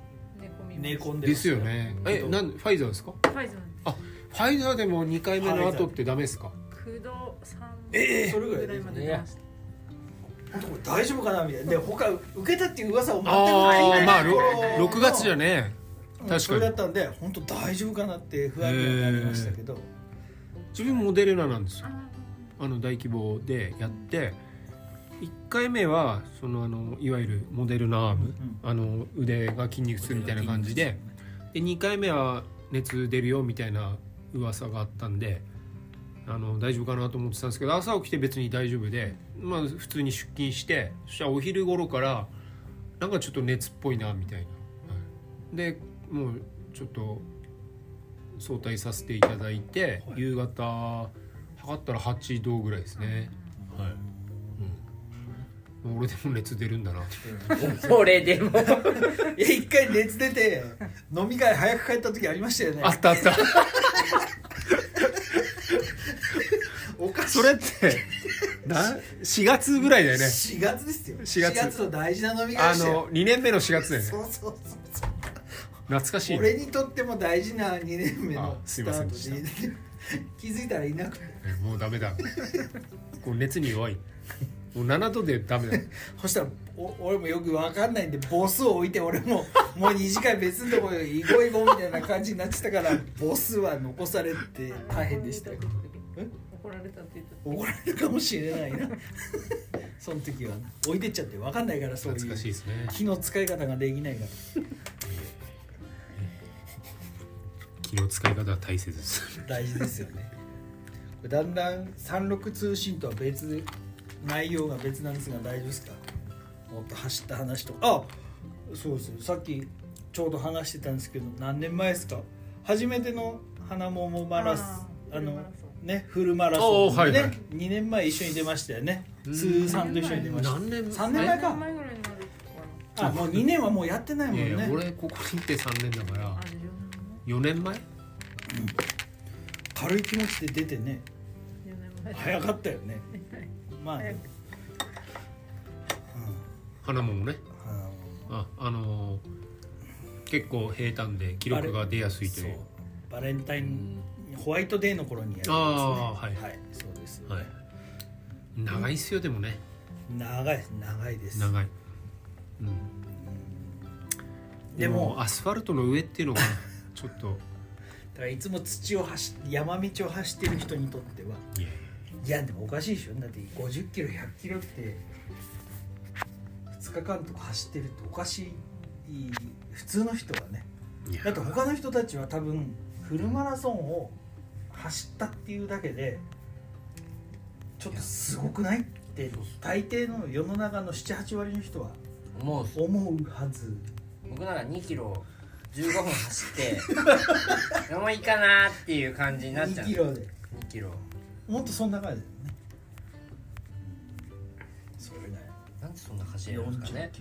[SPEAKER 5] みま
[SPEAKER 3] 寝
[SPEAKER 5] した
[SPEAKER 3] 込んで
[SPEAKER 1] ですよねえなんファイザーですか
[SPEAKER 5] ファイザーなんです
[SPEAKER 1] ファイザーでも2回目の後ってダメですか
[SPEAKER 5] 駆動3
[SPEAKER 3] ええそれぐらい
[SPEAKER 5] ぐ
[SPEAKER 3] で
[SPEAKER 5] ら
[SPEAKER 3] す
[SPEAKER 5] い
[SPEAKER 3] ね
[SPEAKER 5] まで出ました
[SPEAKER 3] 本当これ大丈夫かなみたいなで他受けたっていう噂を全く
[SPEAKER 1] ああまあ
[SPEAKER 3] 聞いてないところの
[SPEAKER 1] 6月じゃね
[SPEAKER 3] うん
[SPEAKER 1] 確かに
[SPEAKER 3] それだったんで本当大丈夫かなって不安にはなりました けど
[SPEAKER 1] 自分モデレラなんですよ
[SPEAKER 5] あ
[SPEAKER 1] あの大規模でやって1回目はそのあのいわゆるモデルナアーム、
[SPEAKER 3] うん
[SPEAKER 1] あの腕が筋肉痛みたいな感じでで2回目は熱出るよみたいな噂があったんであの大丈夫かなと思ってたんですけど朝起きて別に大丈夫で、まあ、普通に出勤してそしたらお昼頃からなんかちょっと熱っぽいなみたいな。はいでもうちょっと早退させていただいて、夕方測ったら8度ぐらいですね。はい。うん。俺でも熱出るんだな。
[SPEAKER 2] これでも
[SPEAKER 3] いや一回熱出て飲み会早く帰った時ありましたよね
[SPEAKER 1] あったあった。
[SPEAKER 3] おかしい
[SPEAKER 1] それってな4月ぐらいだよね。
[SPEAKER 3] 4月ですよ
[SPEAKER 1] 4月
[SPEAKER 3] 4の大事な飲み会
[SPEAKER 1] あ
[SPEAKER 3] でしたよ
[SPEAKER 1] の2年目の4月だよね
[SPEAKER 3] そ。うそうそうそう
[SPEAKER 1] 懐かしいね。
[SPEAKER 3] 俺にとっても大事な2年目の
[SPEAKER 1] あすい
[SPEAKER 3] ス
[SPEAKER 1] ま
[SPEAKER 3] タ
[SPEAKER 1] せ
[SPEAKER 3] ー
[SPEAKER 1] ん
[SPEAKER 3] ト
[SPEAKER 1] でした
[SPEAKER 3] で 気づいたらいなくて
[SPEAKER 1] もうダメだ。こう熱に弱い。もう7度でダメだ。
[SPEAKER 3] そしたらお俺もよくわかんないんでボスを置いて俺 ももう2時間別のところにイゴイゴみたいな感じになってたからボスは残されて大変でしたよえ
[SPEAKER 5] 怒られたって言って
[SPEAKER 3] 怒られるかもしれない なその時は置いてっちゃってわかんないからそうい
[SPEAKER 1] 懐
[SPEAKER 3] う
[SPEAKER 1] かしいですね。
[SPEAKER 3] 気の使い方ができないから
[SPEAKER 1] 気の使い方は大切です。
[SPEAKER 3] 大事ですよねこれだんだん36通信とは別で内容が別なんですが大丈夫ですかもっと走った話とかあそうですよさっきちょうど話してたんですけど何年前ですか初めての花桃マラス
[SPEAKER 5] あー
[SPEAKER 3] あ
[SPEAKER 5] フルマ
[SPEAKER 3] の
[SPEAKER 5] ラソ
[SPEAKER 3] ねフルマラソンでね、
[SPEAKER 1] おーはいはい
[SPEAKER 3] 2年前一緒に出ましたよね
[SPEAKER 1] う
[SPEAKER 3] 通
[SPEAKER 1] ん
[SPEAKER 3] ーんと一緒に出ました
[SPEAKER 1] 何年
[SPEAKER 3] 3年前
[SPEAKER 5] 何
[SPEAKER 3] か
[SPEAKER 5] 前ぐらいになる
[SPEAKER 3] あもう2年はもうやってないもん
[SPEAKER 1] い
[SPEAKER 3] ね
[SPEAKER 1] やいや俺ここにいて3年だか
[SPEAKER 5] かな
[SPEAKER 1] ら
[SPEAKER 5] あれよ
[SPEAKER 1] 4年前
[SPEAKER 3] 軽い気持ちで出てね
[SPEAKER 5] 4年前
[SPEAKER 3] 早かったよ ねまあね、
[SPEAKER 1] 花もね
[SPEAKER 3] うんあの
[SPEAKER 1] ああのー結構平坦で記録が出やすいという
[SPEAKER 3] そうバレンタインホワイトデーの頃にやり
[SPEAKER 1] あ
[SPEAKER 3] ま
[SPEAKER 1] あはい
[SPEAKER 3] すねはいそうです、
[SPEAKER 1] はい長いっすよでもね
[SPEAKER 3] 長いです長いです
[SPEAKER 1] 長い、うん、
[SPEAKER 3] でも
[SPEAKER 1] アスファルトの上って いうのがちょっと
[SPEAKER 3] だからいつも土を走っ山道を走ってる人にとってはい
[SPEAKER 1] や
[SPEAKER 3] いやでもおかしいでしょだって50キロ100キロって2日間とか走ってるっておかしい普通の人はね
[SPEAKER 1] いや
[SPEAKER 3] だって他の人たちは多分フルマラソンを走ったっていうだけでちょっとすごくないって大抵の世の中の78割の人は
[SPEAKER 2] もう
[SPEAKER 3] 思うはず
[SPEAKER 2] 僕なんか2キロ15分走ってもういいかなっていう感じになっちゃう
[SPEAKER 3] 2キロで
[SPEAKER 2] 2キロ
[SPEAKER 3] もっとそんな感じだよねそれだよ
[SPEAKER 2] なんでそんな走れるんですかね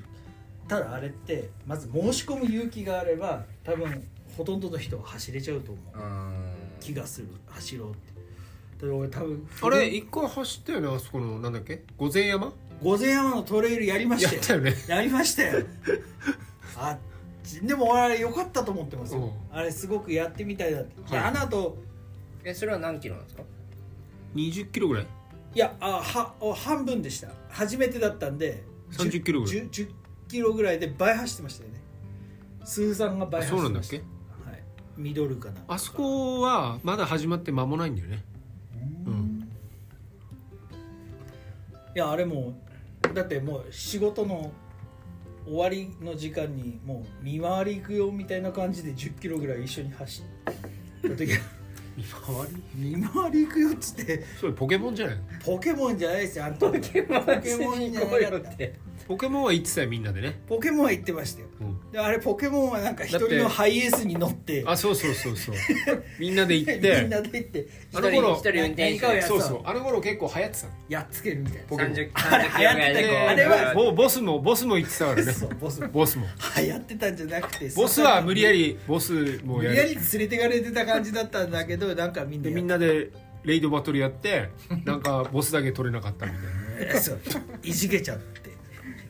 [SPEAKER 3] ただあれってまず申し込む勇気があれば多分ほとんどの人は走れちゃうと思う
[SPEAKER 6] うん
[SPEAKER 3] 気がする走ろうってだから俺多分
[SPEAKER 1] あれ一回走ったよねあそこのなんだっけ御前山
[SPEAKER 3] 御前山のトレイルやりま
[SPEAKER 1] や
[SPEAKER 3] し
[SPEAKER 1] った
[SPEAKER 3] よ
[SPEAKER 1] たよね
[SPEAKER 3] やりましたよあちでも俺あれ良かったと思ってます
[SPEAKER 1] うん
[SPEAKER 3] よあれすごくやってみたいだって、
[SPEAKER 1] はい
[SPEAKER 3] あの後
[SPEAKER 2] えそれは何キロなんですか
[SPEAKER 1] 20キロぐらい
[SPEAKER 3] いやあはお半分でした初めてだったんで
[SPEAKER 1] 30キロぐらい
[SPEAKER 3] 10 10キロぐらいで倍走ってましたよねスーさんが倍
[SPEAKER 1] あ
[SPEAKER 3] 走
[SPEAKER 1] そう
[SPEAKER 3] っ
[SPEAKER 1] なんだ
[SPEAKER 3] て
[SPEAKER 1] っ
[SPEAKER 3] ました
[SPEAKER 1] け
[SPEAKER 3] はい、ミドルかな
[SPEAKER 1] あそこはまだ始まって間もないんだよねうん
[SPEAKER 3] いやあれもうだってもう仕事の終わりの時間にもう見回り行くよみたいな感じで1 0キロぐらい一緒に走った時
[SPEAKER 1] 見回り
[SPEAKER 3] 見回り行くよっつって
[SPEAKER 1] それポケモンじゃ ないの
[SPEAKER 3] ポケモンじゃないですよあんたポケモンじゃなかった
[SPEAKER 1] ポケモンは行ってたよみんなでね、
[SPEAKER 3] ポケモンは行ってましたよ
[SPEAKER 1] うん、
[SPEAKER 3] であれポケモンはなんか一
[SPEAKER 1] だって
[SPEAKER 3] 人のハイエースに乗って
[SPEAKER 1] あそうそうそう そうみんなで行っ
[SPEAKER 3] みん
[SPEAKER 1] て
[SPEAKER 3] なで行って
[SPEAKER 1] あの頃
[SPEAKER 2] 一人運転
[SPEAKER 3] 何かを
[SPEAKER 2] 手
[SPEAKER 3] やって
[SPEAKER 1] そうそうあの頃結構流行ってたの
[SPEAKER 3] やっつけるみたいな
[SPEAKER 1] ポケモン
[SPEAKER 2] 30 30キロ
[SPEAKER 3] あれ
[SPEAKER 2] ぐらいでこう
[SPEAKER 3] あれは
[SPEAKER 1] もうボスもボスも言ってた からね
[SPEAKER 3] そうボスも
[SPEAKER 1] ボスも
[SPEAKER 3] 流行ってたんじゃなくて
[SPEAKER 1] ボスは無理やりボスも
[SPEAKER 3] 無
[SPEAKER 1] や
[SPEAKER 3] 理や
[SPEAKER 1] る
[SPEAKER 3] り連れてかれてた感じだったんだけどなんかみんな
[SPEAKER 1] で
[SPEAKER 3] や
[SPEAKER 1] みんなでレイドバトルやってなんかボスだけ取れなかったみたいな
[SPEAKER 3] そういじけちゃって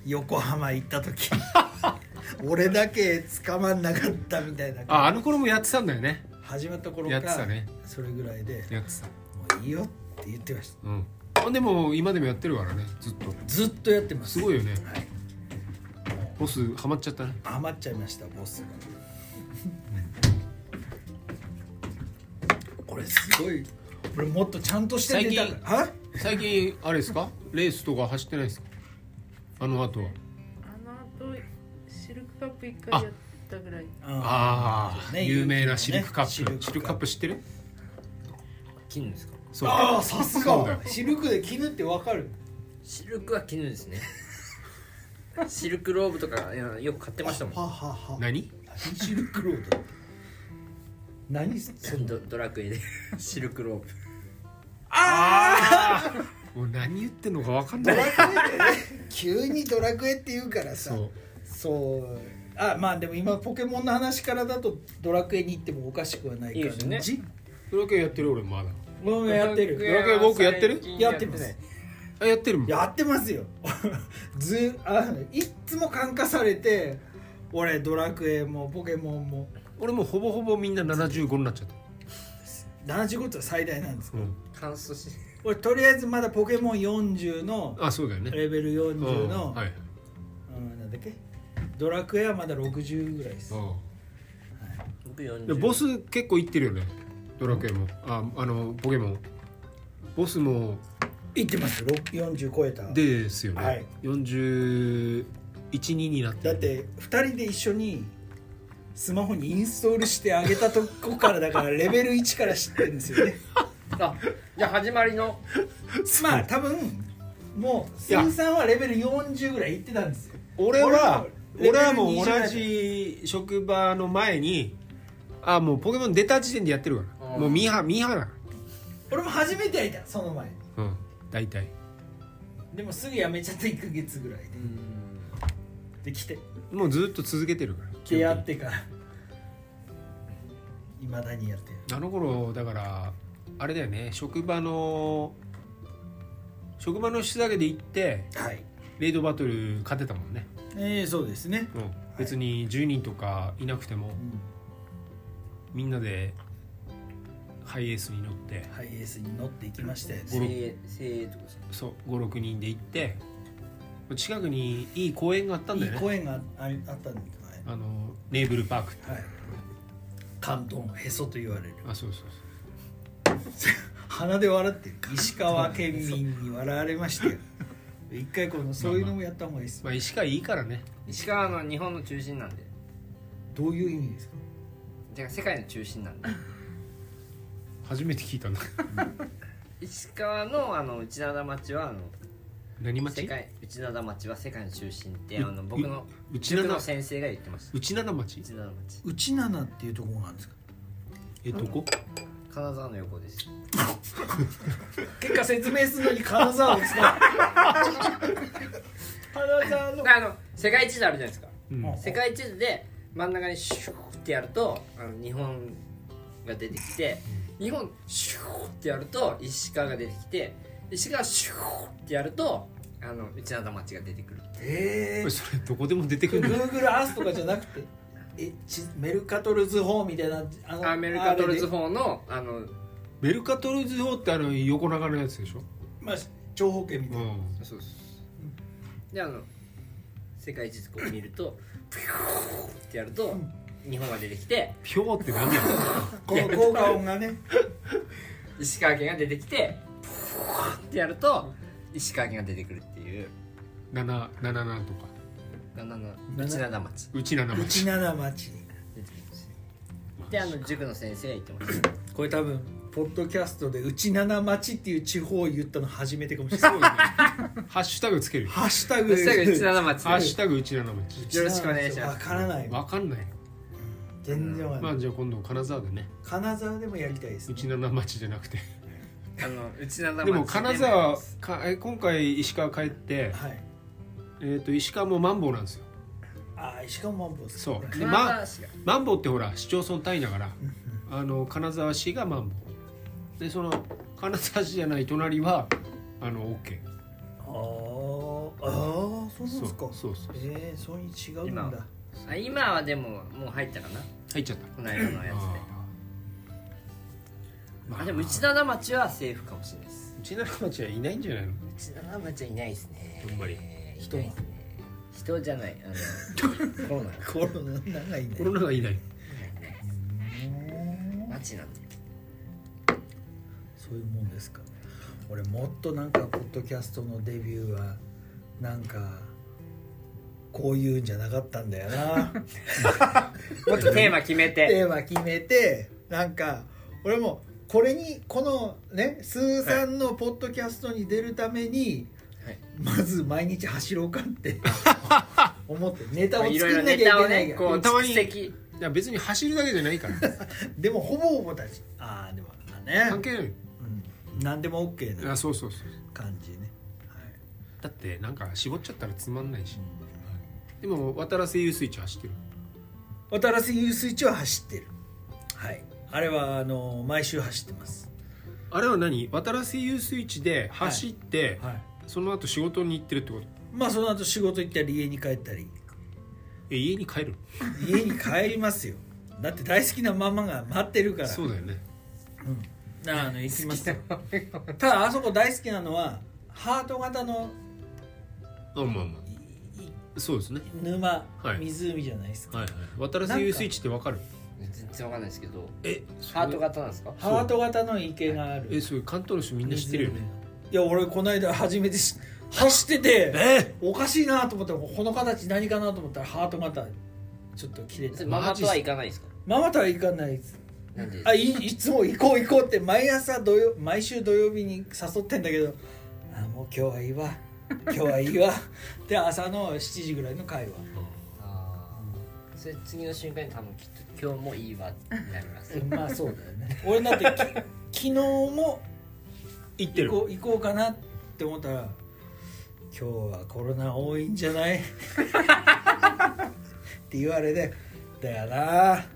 [SPEAKER 3] 横浜行っ た時俺だけ捕まんなかったみたいな
[SPEAKER 1] ああの頃もやってたんだよね
[SPEAKER 3] 始まった頃
[SPEAKER 1] や
[SPEAKER 3] か
[SPEAKER 1] ってたね
[SPEAKER 3] それぐらいで
[SPEAKER 1] やってた
[SPEAKER 3] 「もういいよ」って言ってました
[SPEAKER 1] うんあでも今でもやってるからねずっと
[SPEAKER 3] ずっとやってます
[SPEAKER 1] すごいよね
[SPEAKER 3] はい
[SPEAKER 1] ボスハマっちゃったね
[SPEAKER 3] 余っちゃいましたボスがごい俺もっとちゃんとして寝た
[SPEAKER 1] 最
[SPEAKER 3] からは
[SPEAKER 1] 最近あれですかレースとか走ってないですかあの後は
[SPEAKER 5] あの後シルクカップ一回やったぐらい
[SPEAKER 3] あ
[SPEAKER 1] ああ、
[SPEAKER 3] ね
[SPEAKER 1] 有名なシルクカップ
[SPEAKER 3] シ
[SPEAKER 1] シ
[SPEAKER 3] ル
[SPEAKER 1] ル
[SPEAKER 3] クカップ
[SPEAKER 1] クカップ知ってる
[SPEAKER 2] 絹ですか
[SPEAKER 1] そう
[SPEAKER 3] あーさす
[SPEAKER 1] そうだよ
[SPEAKER 3] がシルクで絹ってわかる
[SPEAKER 2] シルクは絹です ねシルクローブとかいやよく買ってましたもん
[SPEAKER 3] ははは
[SPEAKER 1] 何
[SPEAKER 3] 何シルクロード何そ の
[SPEAKER 2] ドドラクエでシルクローブ
[SPEAKER 1] もう何言ってんのか分かんない
[SPEAKER 3] 急にドラクエって言うからさ
[SPEAKER 1] そう
[SPEAKER 3] そうあまあでも今ポケモンの話からだとドラクエに行ってもおかしくはない
[SPEAKER 2] いい
[SPEAKER 3] 感
[SPEAKER 2] で
[SPEAKER 3] じ
[SPEAKER 2] すよね
[SPEAKER 1] ドラクエやってる俺まだ
[SPEAKER 3] もうやって
[SPEAKER 1] ド
[SPEAKER 3] る
[SPEAKER 1] ラクエ僕やってる
[SPEAKER 3] やってます
[SPEAKER 1] あやってるもん
[SPEAKER 3] やってますよ ずあのいっつも感化されて俺ドラクエもポケモンも
[SPEAKER 1] 俺もうほぼほぼみんな75になっちゃった
[SPEAKER 3] 75って最大なんです
[SPEAKER 1] うん
[SPEAKER 2] 乾燥し
[SPEAKER 3] 俺とりあえずまだポケモン40の
[SPEAKER 1] あそうだよね
[SPEAKER 3] レベル40の、
[SPEAKER 1] うんはい
[SPEAKER 3] うん、なんだっけドラクエはまだ60ぐらいです
[SPEAKER 1] うん
[SPEAKER 2] 僕40
[SPEAKER 1] でボス結構いってるよねドラクエもああのポケモンボスも
[SPEAKER 3] いってますろ40超えた
[SPEAKER 1] でですよね、
[SPEAKER 3] はい
[SPEAKER 1] 412になって
[SPEAKER 3] だ
[SPEAKER 1] る
[SPEAKER 3] って2人で一緒にスマホにインストールしてあげたとこからだからレベル1から知ってるんですよね
[SPEAKER 7] あじゃあ始まりの
[SPEAKER 3] まあ多分も
[SPEAKER 1] い
[SPEAKER 3] う
[SPEAKER 1] や
[SPEAKER 3] 鈴さんはレベル40ぐらいいってたんですよ
[SPEAKER 1] 俺は俺
[SPEAKER 3] 俺は
[SPEAKER 1] はもう
[SPEAKER 3] レベル20
[SPEAKER 1] 同じ職場の前にあもうポケモン出た時点でやってるからもうミーハーミーハーだか
[SPEAKER 3] 俺も初めてやいたその前
[SPEAKER 1] らうん大体
[SPEAKER 3] でもすぐやめちゃって1ヶ月ぐらいでで来て
[SPEAKER 1] もうずっと続けてるから
[SPEAKER 3] 出やってからいまだにやってる
[SPEAKER 1] あの頃だからあれだよね職場の職場の質だけで行って
[SPEAKER 3] はい
[SPEAKER 1] レイドバトル勝てたもんね、
[SPEAKER 3] ええそうですね、
[SPEAKER 1] うん別に10人とかいなくても
[SPEAKER 3] うん、
[SPEAKER 1] みんなでハイエースに乗って
[SPEAKER 3] ハイエースに乗っていきましたよね
[SPEAKER 1] ゴロ
[SPEAKER 2] 精鋭精鋭とかですか
[SPEAKER 1] そう56人で行って近くにいい公園があったんだ
[SPEAKER 3] いい
[SPEAKER 1] よね
[SPEAKER 3] 声がああったんだけどね
[SPEAKER 1] あのネーブルパークって
[SPEAKER 3] はい関東のへそと言われる
[SPEAKER 1] あそうそう
[SPEAKER 3] 鼻で笑ってる石川県民に笑われましたよ一回このそういうのもやった方がいいです
[SPEAKER 1] そうまあ石川いいからね
[SPEAKER 2] 石川の日本の中心なんで
[SPEAKER 3] どういう意味ですか
[SPEAKER 2] てか世界の中心なんで
[SPEAKER 1] 初めて聞いたんだ
[SPEAKER 2] 石川のあの内灘町はあの
[SPEAKER 1] 何
[SPEAKER 2] 世
[SPEAKER 1] 町
[SPEAKER 2] 界内灘町は世界の中心ってあ
[SPEAKER 1] う
[SPEAKER 2] の僕の
[SPEAKER 1] う内
[SPEAKER 2] 僕
[SPEAKER 1] 灘
[SPEAKER 2] の先生が言ってました
[SPEAKER 1] 内灘町
[SPEAKER 2] 内灘町
[SPEAKER 3] 内七っていうところなんですか
[SPEAKER 1] えどこ
[SPEAKER 2] 金沢の横です
[SPEAKER 3] 結果説明するのに金沢を使う 金沢の
[SPEAKER 2] あの世界地図あるじゃないですか
[SPEAKER 1] うん
[SPEAKER 3] も
[SPEAKER 2] 世界地図で真ん中にシューってやるとあの日本が出てきて日本シューってやると石川が出てきて石川シューってやるとあの内灘町が出てくる
[SPEAKER 3] ええ
[SPEAKER 1] それどこでも出てくるんだ
[SPEAKER 3] Google Earth とかじゃなくてえちメルカトルズ法みたいなあの
[SPEAKER 2] アメリカトルズ
[SPEAKER 3] あれで
[SPEAKER 2] 法のあの
[SPEAKER 1] メルカトル図法ってあの横長のやつでしょ、
[SPEAKER 3] まあ長方形みた
[SPEAKER 1] う
[SPEAKER 3] いな、
[SPEAKER 1] ん、
[SPEAKER 2] そうですであの世界地図こう見るとピューってやると日本が出てきて
[SPEAKER 1] ピョーって何や
[SPEAKER 3] この効果音がね
[SPEAKER 2] 石川県が出てきてピューってやると石川県が出てくるっていう
[SPEAKER 1] 七七七とか
[SPEAKER 2] ななな内灘町
[SPEAKER 1] 内灘
[SPEAKER 3] 内
[SPEAKER 1] 町
[SPEAKER 3] 七町
[SPEAKER 2] 出てきますであの塾の先生が言ってまし
[SPEAKER 3] これ多分ポッドキャストで「うちなな町」っていう地方を言ったの初めてかもしれない
[SPEAKER 1] そうだねハッシュタグつけるよ
[SPEAKER 3] ハッシュタ
[SPEAKER 2] た
[SPEAKER 3] グ
[SPEAKER 2] それが内
[SPEAKER 3] な
[SPEAKER 2] 灘町
[SPEAKER 1] ハッシュタグ内灘町
[SPEAKER 2] よろしくお願いしま
[SPEAKER 3] わ
[SPEAKER 2] す
[SPEAKER 3] からない
[SPEAKER 1] わかんない
[SPEAKER 3] 全然わか
[SPEAKER 1] ま
[SPEAKER 3] らな
[SPEAKER 1] あ
[SPEAKER 3] い
[SPEAKER 1] じゃあ今度金沢でね
[SPEAKER 3] 金沢でもやりたいですね
[SPEAKER 1] 内灘町じゃなくて
[SPEAKER 2] あの内灘町
[SPEAKER 1] でも金沢かえ今回石川帰って、
[SPEAKER 3] はい
[SPEAKER 1] えー、と石川もマンボウなんですよ
[SPEAKER 3] ああ石川マンボウ
[SPEAKER 1] そう
[SPEAKER 3] これ
[SPEAKER 1] で
[SPEAKER 2] 金
[SPEAKER 1] ま
[SPEAKER 2] 沢市が
[SPEAKER 1] マンボウってほら市町村単位だからあの金沢市がマンボウでその金沢市じゃない隣はあの OK
[SPEAKER 3] あーあーそうなんですか
[SPEAKER 1] そうそうそう
[SPEAKER 3] ええそういう違うんだ
[SPEAKER 2] 今あ今はでももう入ったかな
[SPEAKER 1] 入っちゃった
[SPEAKER 2] この間のやつで
[SPEAKER 1] あー
[SPEAKER 2] あでも内灘町はセーフかもしれないです
[SPEAKER 1] 内灘町はいないんじゃないの
[SPEAKER 2] 内灘町はいないですね
[SPEAKER 1] ほんまに
[SPEAKER 2] えー
[SPEAKER 3] 人
[SPEAKER 2] いないですね人じゃないあ のコロナ
[SPEAKER 3] コロナ長いね
[SPEAKER 1] コロナがいない
[SPEAKER 2] 町なんで
[SPEAKER 3] そういうもんですか俺もっとなんかポッドキャストのデビューはなんかこういうんじゃなかったんだよな
[SPEAKER 2] もっとテーマ決めて
[SPEAKER 3] テーマ決めてなんか俺もこれにこのねスーさんのポッドキャストに出るために、
[SPEAKER 6] はい
[SPEAKER 3] まず毎日走ろうかって思ってネタを
[SPEAKER 2] まあいろい
[SPEAKER 3] 作
[SPEAKER 2] ろ
[SPEAKER 3] んな
[SPEAKER 2] ネ
[SPEAKER 3] きゃ
[SPEAKER 2] タ
[SPEAKER 3] い
[SPEAKER 2] を
[SPEAKER 3] けな
[SPEAKER 2] ね
[SPEAKER 3] いか
[SPEAKER 2] こ
[SPEAKER 3] ら
[SPEAKER 2] う
[SPEAKER 1] たまに
[SPEAKER 2] 蓄積
[SPEAKER 1] いや別に走るだけじゃないから
[SPEAKER 3] でもほぼほぼたちああでもあんな
[SPEAKER 1] 関
[SPEAKER 3] ね、
[SPEAKER 1] 係ない
[SPEAKER 3] うん、何でも OK な
[SPEAKER 1] あそうそうそう
[SPEAKER 3] 感じね、はい
[SPEAKER 1] だってなんか絞っちゃったらつまんないし
[SPEAKER 3] う
[SPEAKER 1] で
[SPEAKER 3] ん
[SPEAKER 1] も渡良瀬遊水地走ってる
[SPEAKER 3] 渡良瀬遊水地は走ってるはいあれはあの毎週走ってます
[SPEAKER 1] あれは何渡良瀬遊水地で走って、
[SPEAKER 3] はい
[SPEAKER 1] その後仕事に行ってるってこと
[SPEAKER 3] まあその後仕事行ったり家に帰ったり
[SPEAKER 1] え家に帰る
[SPEAKER 3] 家に帰りますよだって大好きなママが待ってるから
[SPEAKER 1] そうだよね
[SPEAKER 3] だからあの行きますよただあそこ大好きなのはハート型の
[SPEAKER 1] あまあまあそうですね
[SPEAKER 3] 沼、
[SPEAKER 1] はい
[SPEAKER 3] 湖じゃないですか、
[SPEAKER 1] はいはい渡良瀬遊水地ってわかる
[SPEAKER 2] 全然わかんないですけど
[SPEAKER 1] え
[SPEAKER 2] ハート
[SPEAKER 1] が
[SPEAKER 2] 型なんですか
[SPEAKER 3] ハート型の池がある
[SPEAKER 1] えそれ関東の人みんな知ってるよね
[SPEAKER 3] いや俺この間初めてし走ってて
[SPEAKER 1] え
[SPEAKER 3] おかしいなと思ったらこの形何かなと思ったらハート型ちょっと切れて
[SPEAKER 2] それママとは行かないですか
[SPEAKER 3] ママとは行かないです
[SPEAKER 2] なんで
[SPEAKER 3] あいいつも行こう行こうって毎朝土曜毎週土曜日に誘ってんだけどあもう今日はいいわ 今日はいいわで朝の7時ぐらいの会話
[SPEAKER 2] あーそれ次の瞬間に多分きっと今日もいいわになります
[SPEAKER 3] うんまあそうだよね俺だってき昨 日も
[SPEAKER 1] 行って
[SPEAKER 3] 行
[SPEAKER 1] る
[SPEAKER 3] こう行こうかなって思ったら今日はコロナ多いんじゃないって言われてだよなって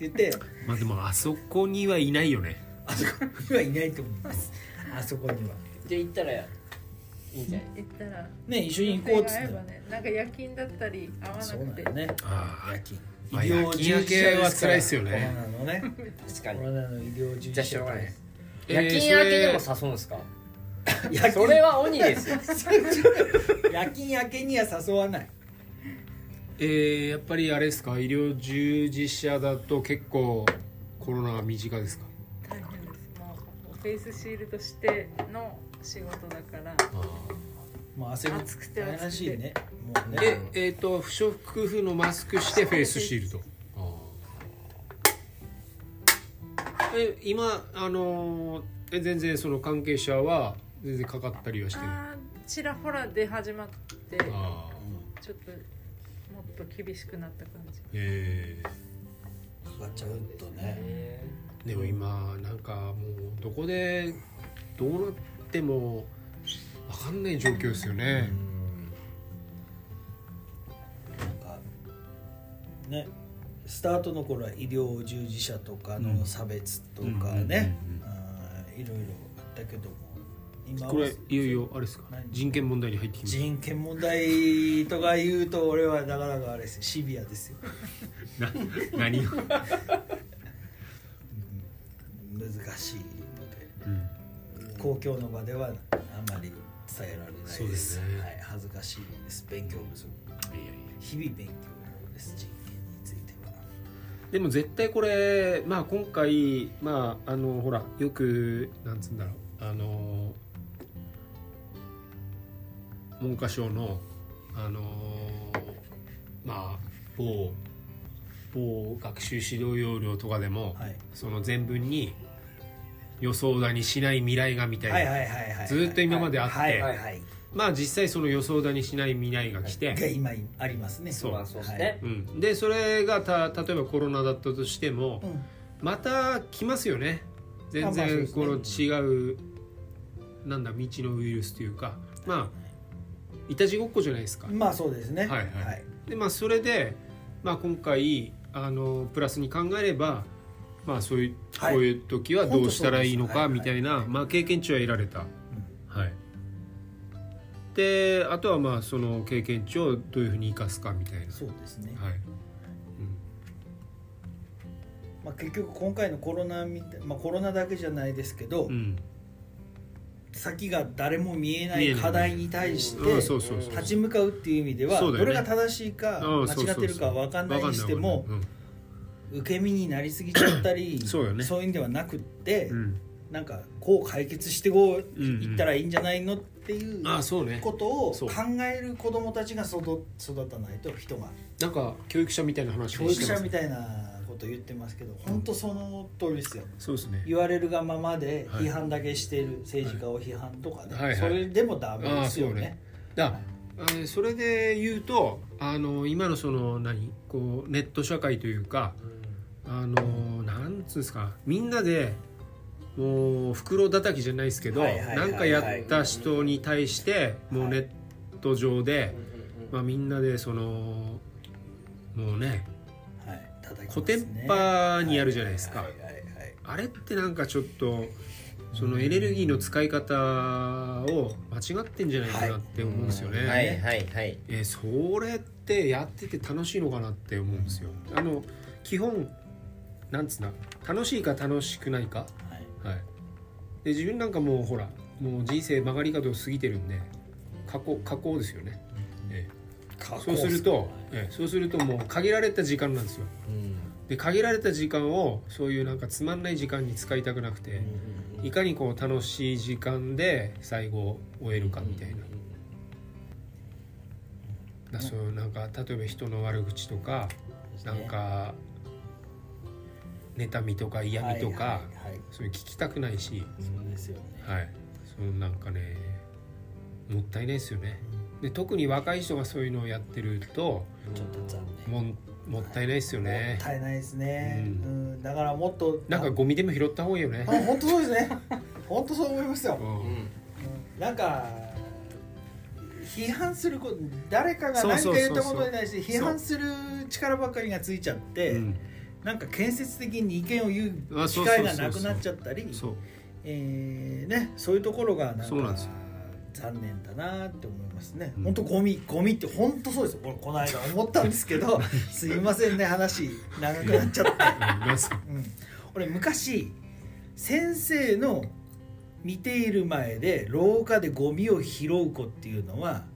[SPEAKER 3] 言って
[SPEAKER 1] まあでもあそこにはいないよね
[SPEAKER 3] あそこにはいないと思いますあそこには
[SPEAKER 2] で行ったらいいんじゃない
[SPEAKER 5] 行ったら
[SPEAKER 3] ね一緒に行こうっつって
[SPEAKER 5] 予定が合えばねなんか夜勤だったり合わな
[SPEAKER 3] そう
[SPEAKER 5] く
[SPEAKER 3] なんだ
[SPEAKER 5] て
[SPEAKER 3] よね
[SPEAKER 1] あ
[SPEAKER 3] 夜勤
[SPEAKER 1] まあ夜勤明けは辛いっすよね
[SPEAKER 3] コロナのね
[SPEAKER 2] 確
[SPEAKER 3] コ
[SPEAKER 2] かに
[SPEAKER 3] ロナの医療従
[SPEAKER 2] じゃ
[SPEAKER 3] 事
[SPEAKER 2] あし
[SPEAKER 3] 者
[SPEAKER 2] ょうが
[SPEAKER 3] とか
[SPEAKER 2] ないで
[SPEAKER 3] ね
[SPEAKER 2] す
[SPEAKER 1] えー
[SPEAKER 2] 夜勤明けでも誘うんですか
[SPEAKER 3] 夜勤
[SPEAKER 2] それは鬼ですよ
[SPEAKER 3] 夜勤明けには誘わない
[SPEAKER 1] えーやっぱりあれですか医療従事者だと結構コロナは身近ですか
[SPEAKER 5] 大変ですもうフェイスシールドしての仕事だから
[SPEAKER 3] もう汗が
[SPEAKER 5] 暑くて暑くて
[SPEAKER 3] らしいねもうね
[SPEAKER 1] ええーと不織布のマスクしてフェイスシールドえ今あのーえ全然その関係者は全然かかったりはしてない
[SPEAKER 5] あーちらほらで始まって
[SPEAKER 1] あ
[SPEAKER 5] ちょっともっと厳しくなった感
[SPEAKER 1] ー
[SPEAKER 5] じ
[SPEAKER 1] へえ
[SPEAKER 3] かかっちゃうとね
[SPEAKER 1] でも今なんかもうどこでどうなってもわかんない状況ですよね、
[SPEAKER 3] なんかねスタートの頃は医療従事者とかの差別とかねあーいろいろあったけども今は
[SPEAKER 1] これいよいよあれですか
[SPEAKER 3] 何
[SPEAKER 1] 人権問題に入ってきまし
[SPEAKER 3] 人権問題とか言うと俺はなかなかあれですよシビアですよ
[SPEAKER 1] たな 何を、
[SPEAKER 3] 難しいので公共の場ではあまり伝えられないです
[SPEAKER 1] そうですね
[SPEAKER 3] はい、恥ずかしいです勉強不足日々勉強です人権については
[SPEAKER 1] でも絶対これまあ今回まああのほらよくなんつうんだろうあの文科省のあのまあ某某学習指導要領とかでも、
[SPEAKER 3] はい
[SPEAKER 1] その全文に予想だにしない未来がみたいな、
[SPEAKER 3] はいはいはいはい
[SPEAKER 1] ずーっと今まであって
[SPEAKER 3] はいはいはい
[SPEAKER 1] まあ実際その予想だにしない未来が来て、
[SPEAKER 3] が今ありますね
[SPEAKER 1] そう
[SPEAKER 2] まあそうですね
[SPEAKER 1] うん、でそれがた例えばコロナだったとしても、
[SPEAKER 3] はいうん
[SPEAKER 1] また来ますよね全
[SPEAKER 3] あまあそうで
[SPEAKER 1] 然
[SPEAKER 3] す
[SPEAKER 1] こ
[SPEAKER 3] ね
[SPEAKER 1] の違うなんだ未知のウイルスというかまあいたちごっこじゃないですか。
[SPEAKER 3] まあそうですね
[SPEAKER 1] はいはいでまあそれで、まあ、今回あのプラスに考えれば、まあ、そういう、
[SPEAKER 3] はい
[SPEAKER 1] こういう時はどうしたらいいのか
[SPEAKER 3] 本
[SPEAKER 1] み
[SPEAKER 3] 当そ
[SPEAKER 1] た
[SPEAKER 3] うです
[SPEAKER 1] いな、まあ、経験値は得られた。はい、であとはまあその経験値をどういうふうに生かすかみたいな。
[SPEAKER 3] そうですね、
[SPEAKER 1] はい
[SPEAKER 3] まあ、結局今回のコロナみたい、まあ、コロナだけじゃないですけど、
[SPEAKER 1] うんうん
[SPEAKER 3] 先が誰も見えな
[SPEAKER 1] 見え
[SPEAKER 3] い
[SPEAKER 1] ない
[SPEAKER 3] 課題に対して
[SPEAKER 1] うん、そうそうそう
[SPEAKER 3] 立ち向かうっていう意味では、
[SPEAKER 1] そうだ
[SPEAKER 3] ど
[SPEAKER 1] よ
[SPEAKER 3] れ
[SPEAKER 1] ね
[SPEAKER 3] が正しいか
[SPEAKER 1] うんそうそうそう
[SPEAKER 3] 間違ってるか分かんないにして
[SPEAKER 1] わ
[SPEAKER 3] も
[SPEAKER 1] かんないわかんない
[SPEAKER 3] 受け身になりすぎちゃったり
[SPEAKER 1] そうよね
[SPEAKER 3] いうんではなくって、
[SPEAKER 1] うんうん
[SPEAKER 3] なんかこう解決してこう
[SPEAKER 1] うんうん
[SPEAKER 3] いったらいいんじゃないのっていう
[SPEAKER 1] ああそうね
[SPEAKER 3] ことを
[SPEAKER 1] そ
[SPEAKER 3] 考
[SPEAKER 1] う
[SPEAKER 3] える子どもたちが育育たないと人が
[SPEAKER 1] なんか教育者みたいな話
[SPEAKER 3] 教
[SPEAKER 1] を
[SPEAKER 3] 育
[SPEAKER 1] して
[SPEAKER 3] 者
[SPEAKER 1] ます
[SPEAKER 3] みたいなこと言ってますけど本当その通りですよ
[SPEAKER 1] そうですね
[SPEAKER 3] 言われるがままで
[SPEAKER 1] はい
[SPEAKER 3] 批判だけしている政治家を批判とかね、
[SPEAKER 1] はいはい
[SPEAKER 3] それでもダメですよね。
[SPEAKER 1] だからえーそれで言うとあの今のその何こうネット社会というかあのなんつうんですかみんなでもう袋叩きじゃないですけど、
[SPEAKER 3] はいはいはいはい
[SPEAKER 1] なんかやった人に対してもうネット上で、まあ、みんなでそのもうね
[SPEAKER 3] はい、叩きます
[SPEAKER 1] コ
[SPEAKER 3] ね
[SPEAKER 1] テンパにやるじゃないですか、
[SPEAKER 3] はいはいはい
[SPEAKER 1] あれってなんかちょっとそのエネルギーの使い方を間違ってんじゃないかなって思うんですよね。
[SPEAKER 6] はいはいはい
[SPEAKER 1] えーそれってやってて楽しいのかなって思うんですよ。あの基本なんつうな楽しいか楽しくないか、
[SPEAKER 3] はい
[SPEAKER 1] はい、で自分なんかもうほらもう人生曲がり角を過ぎてるんで過去過去ですよね、えーそうすると、えーそうするともう限られた時間なんですよで限られた時間をそういうなんかつまんない時間に使いたくなくて、いかにこう楽しい時間で最後終えるかみたいな、だそうなんか例えば人の悪口とか、なんか妬みとか嫌味とか、
[SPEAKER 3] はいはいはい
[SPEAKER 1] そういう聞きたくないし、
[SPEAKER 3] そうですよね
[SPEAKER 1] はい、そのなんかねもったいないですよね。で特に若い人がそういうのをやってると
[SPEAKER 3] ちょっと残
[SPEAKER 1] もんもったいないですよ
[SPEAKER 3] 念、も
[SPEAKER 1] ね
[SPEAKER 3] っ。たいないですね、
[SPEAKER 1] う
[SPEAKER 3] うんんだからもっと
[SPEAKER 1] なんかゴミでも拾った方がいいよね
[SPEAKER 3] あ。本当そうです ね本当そう思いますよ、
[SPEAKER 1] うん
[SPEAKER 3] なんか批判すること誰かが何
[SPEAKER 1] そ
[SPEAKER 3] か
[SPEAKER 1] うそうそうそ
[SPEAKER 3] 言
[SPEAKER 1] う
[SPEAKER 3] ったことに対して批判する力ばっかりがついちゃって、
[SPEAKER 1] うん
[SPEAKER 3] なんか建設的に意見を言
[SPEAKER 1] あ
[SPEAKER 3] う
[SPEAKER 1] そ
[SPEAKER 3] 機
[SPEAKER 1] うそうそうそう
[SPEAKER 3] 会がなくなっちゃったり
[SPEAKER 1] そう
[SPEAKER 3] えーね、そういうところがなん
[SPEAKER 1] そうなんで
[SPEAKER 3] か
[SPEAKER 1] すよ
[SPEAKER 3] 残念だなって思いますね、
[SPEAKER 1] うん
[SPEAKER 3] ほんとゴミゴミってほんとそうですよ俺この間思ったんです けどすいませんね話長くなっちゃって
[SPEAKER 1] うんなんすか
[SPEAKER 3] うん、俺昔先生の見ている前で廊下でゴミを拾う子っていうのは